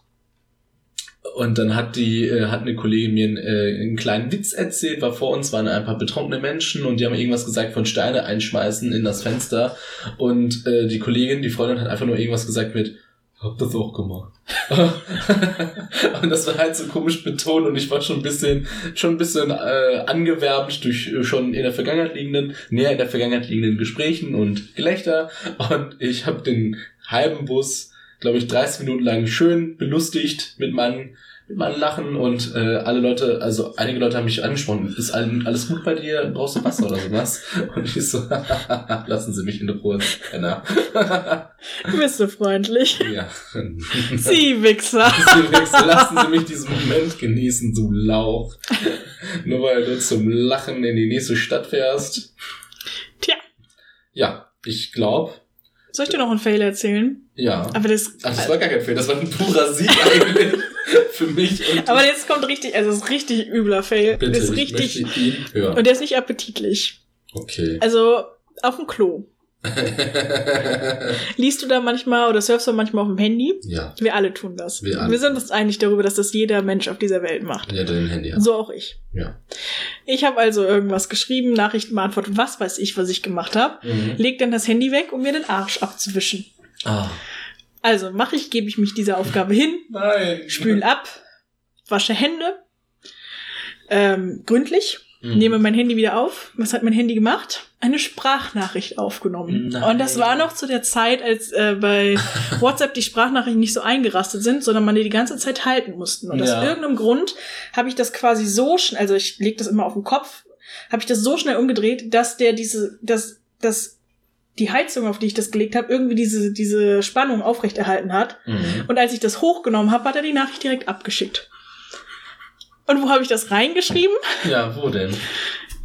B: und dann hat die äh, hat eine Kollegin mir einen, äh, einen kleinen Witz erzählt, weil vor uns waren ein paar betrunkene Menschen und die haben irgendwas gesagt von Steine einschmeißen in das Fenster und äh, die Kollegin, die Freundin hat einfach nur irgendwas gesagt mit hab das auch gemacht. und das war halt so komisch betont und ich war schon ein bisschen schon ein bisschen äh, angewärmt durch äh, schon in der Vergangenheit liegenden, näher in der Vergangenheit liegenden Gesprächen und Gelächter. Und ich habe den halben Bus, glaube ich, 30 Minuten lang schön belustigt mit meinen mit meinem Lachen und äh, alle Leute, also einige Leute haben mich angesprochen, ist allen, alles gut bei dir, brauchst du Wasser oder sowas? Und ich so, lassen Sie mich in der Ruhe, Anna.
A: Du bist so freundlich.
B: Ja.
A: Sie Wichser.
B: Deswegen lassen Sie mich diesen Moment genießen, du Lauch. Nur weil du zum Lachen in die nächste Stadt fährst.
A: Tja,
B: Ja, ich glaube,
A: soll ich dir noch einen Fail erzählen?
B: ja.
A: Aber das,
B: Ach, das war gar kein Fehler, das war ein purer Sieg eigentlich für mich. Und
A: aber jetzt kommt richtig, also es ist richtig übler Fail.
B: bitte,
A: das ist
B: ich
A: richtig.
B: möchte ihn hören.
A: Und der ist nicht appetitlich.
B: Okay.
A: Also auf dem Klo. Liest du da manchmal oder surfst du manchmal auf dem Handy?
B: ja,
A: Wir alle tun das.
B: Wir alle.
A: Wir sind uns einig darüber, dass das jeder Mensch auf dieser Welt macht.
B: ja, dein Handy.
A: So auch ich.
B: Ja.
A: Ich habe also irgendwas geschrieben, Nachrichten beantwortet, was weiß ich, was ich gemacht habe.
B: Mhm.
A: Leg dann das Handy weg, um mir den Arsch abzuwischen.
B: Ah.
A: Also mache ich, gebe ich mich dieser Aufgabe hin,
B: Nein.
A: spül ab, wasche Hände, ähm, gründlich.
B: Mhm.
A: Nehme mein Handy wieder auf. Was hat mein Handy gemacht? Eine Sprachnachricht aufgenommen.
B: Nein.
A: Und das war noch zu der Zeit, als äh, bei WhatsApp die Sprachnachrichten nicht so eingerastet sind, sondern man die die ganze Zeit halten mussten. Und
B: Ja.
A: aus irgendeinem Grund habe ich das quasi so schnell, also ich leg das immer auf den Kopf, habe ich das so schnell umgedreht, dass der diese, dass, dass die Heizung, auf die ich das gelegt habe, irgendwie diese, diese Spannung aufrechterhalten hat.
B: Mhm.
A: Und als ich das hochgenommen habe, hat er die Nachricht direkt abgeschickt. Und wo habe ich das reingeschrieben?
B: Ja, wo denn?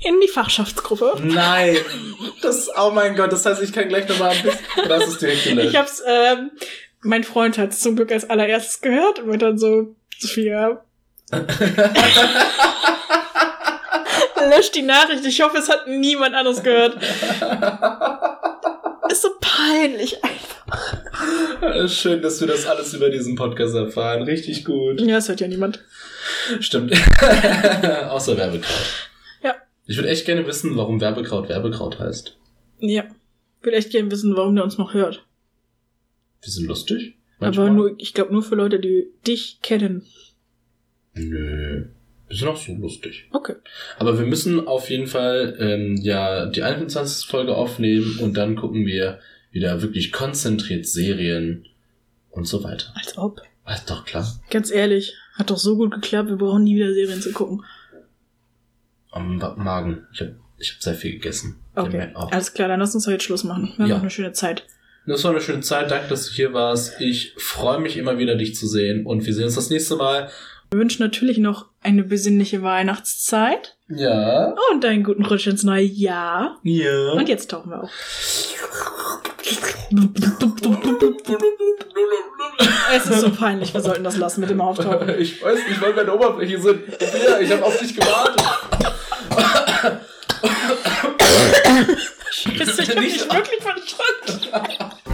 A: In die Fachschaftsgruppe.
B: Nein. Das ist, oh mein Gott, das heißt, ich kann gleich nochmal ein bisschen. Das ist direkt gelöscht.
A: Ich hab's, ähm, mein Freund hat's zum Glück als allererstes gehört und mir dann so, Sophia. Lösch die Nachricht. Ich hoffe, es hat niemand anderes gehört. Ist so peinlich einfach.
B: Äh, Schön, dass wir das alles über diesen Podcast erfahren. Richtig gut.
A: Ja, es hört ja niemand.
B: Stimmt. Außer Werbekraut.
A: Mhm. Ja.
B: Ich würde echt gerne wissen, warum Werbekraut Werbekraut heißt.
A: Ja. Würde echt gerne wissen, warum der uns noch hört.
B: Wir sind lustig.
A: Aber nur, ich glaube nur für Leute, die dich kennen.
B: Nö. Wir sind auch so lustig.
A: Okay.
B: Aber wir müssen auf jeden Fall ähm, ja die 21. Folge aufnehmen und dann gucken wir wieder wirklich konzentriert Serien und so weiter.
A: Als ob.
B: Ah, Ist doch klar.
A: Ganz ehrlich, hat doch so gut geklappt, wir brauchen nie wieder Serien zu gucken.
B: Am Ba- Magen. Ich habe ich hab sehr viel gegessen. Der
A: Okay.
B: merkt auch.
A: Alles klar, dann lass uns doch jetzt Schluss machen. Wir haben
B: Ja.
A: noch eine schöne Zeit.
B: Das war eine schöne Zeit. Danke, dass du hier warst. Ich freue mich immer wieder, dich zu sehen. Und wir sehen uns das nächste Mal.
A: Wir wünschen natürlich noch eine besinnliche Weihnachtszeit
B: Ja.
A: und einen guten Rutsch ins neue Jahr.
B: Ja.
A: Und jetzt tauchen wir auf. Es ist so peinlich, wir sollten das lassen mit dem Auftauchen.
B: Ich weiß nicht, weil wir in der Oberfläche sind. Ja, ich habe auf dich gewartet.
A: Scheiße, ich hab
B: Nicht
A: mich wirklich verschreckt.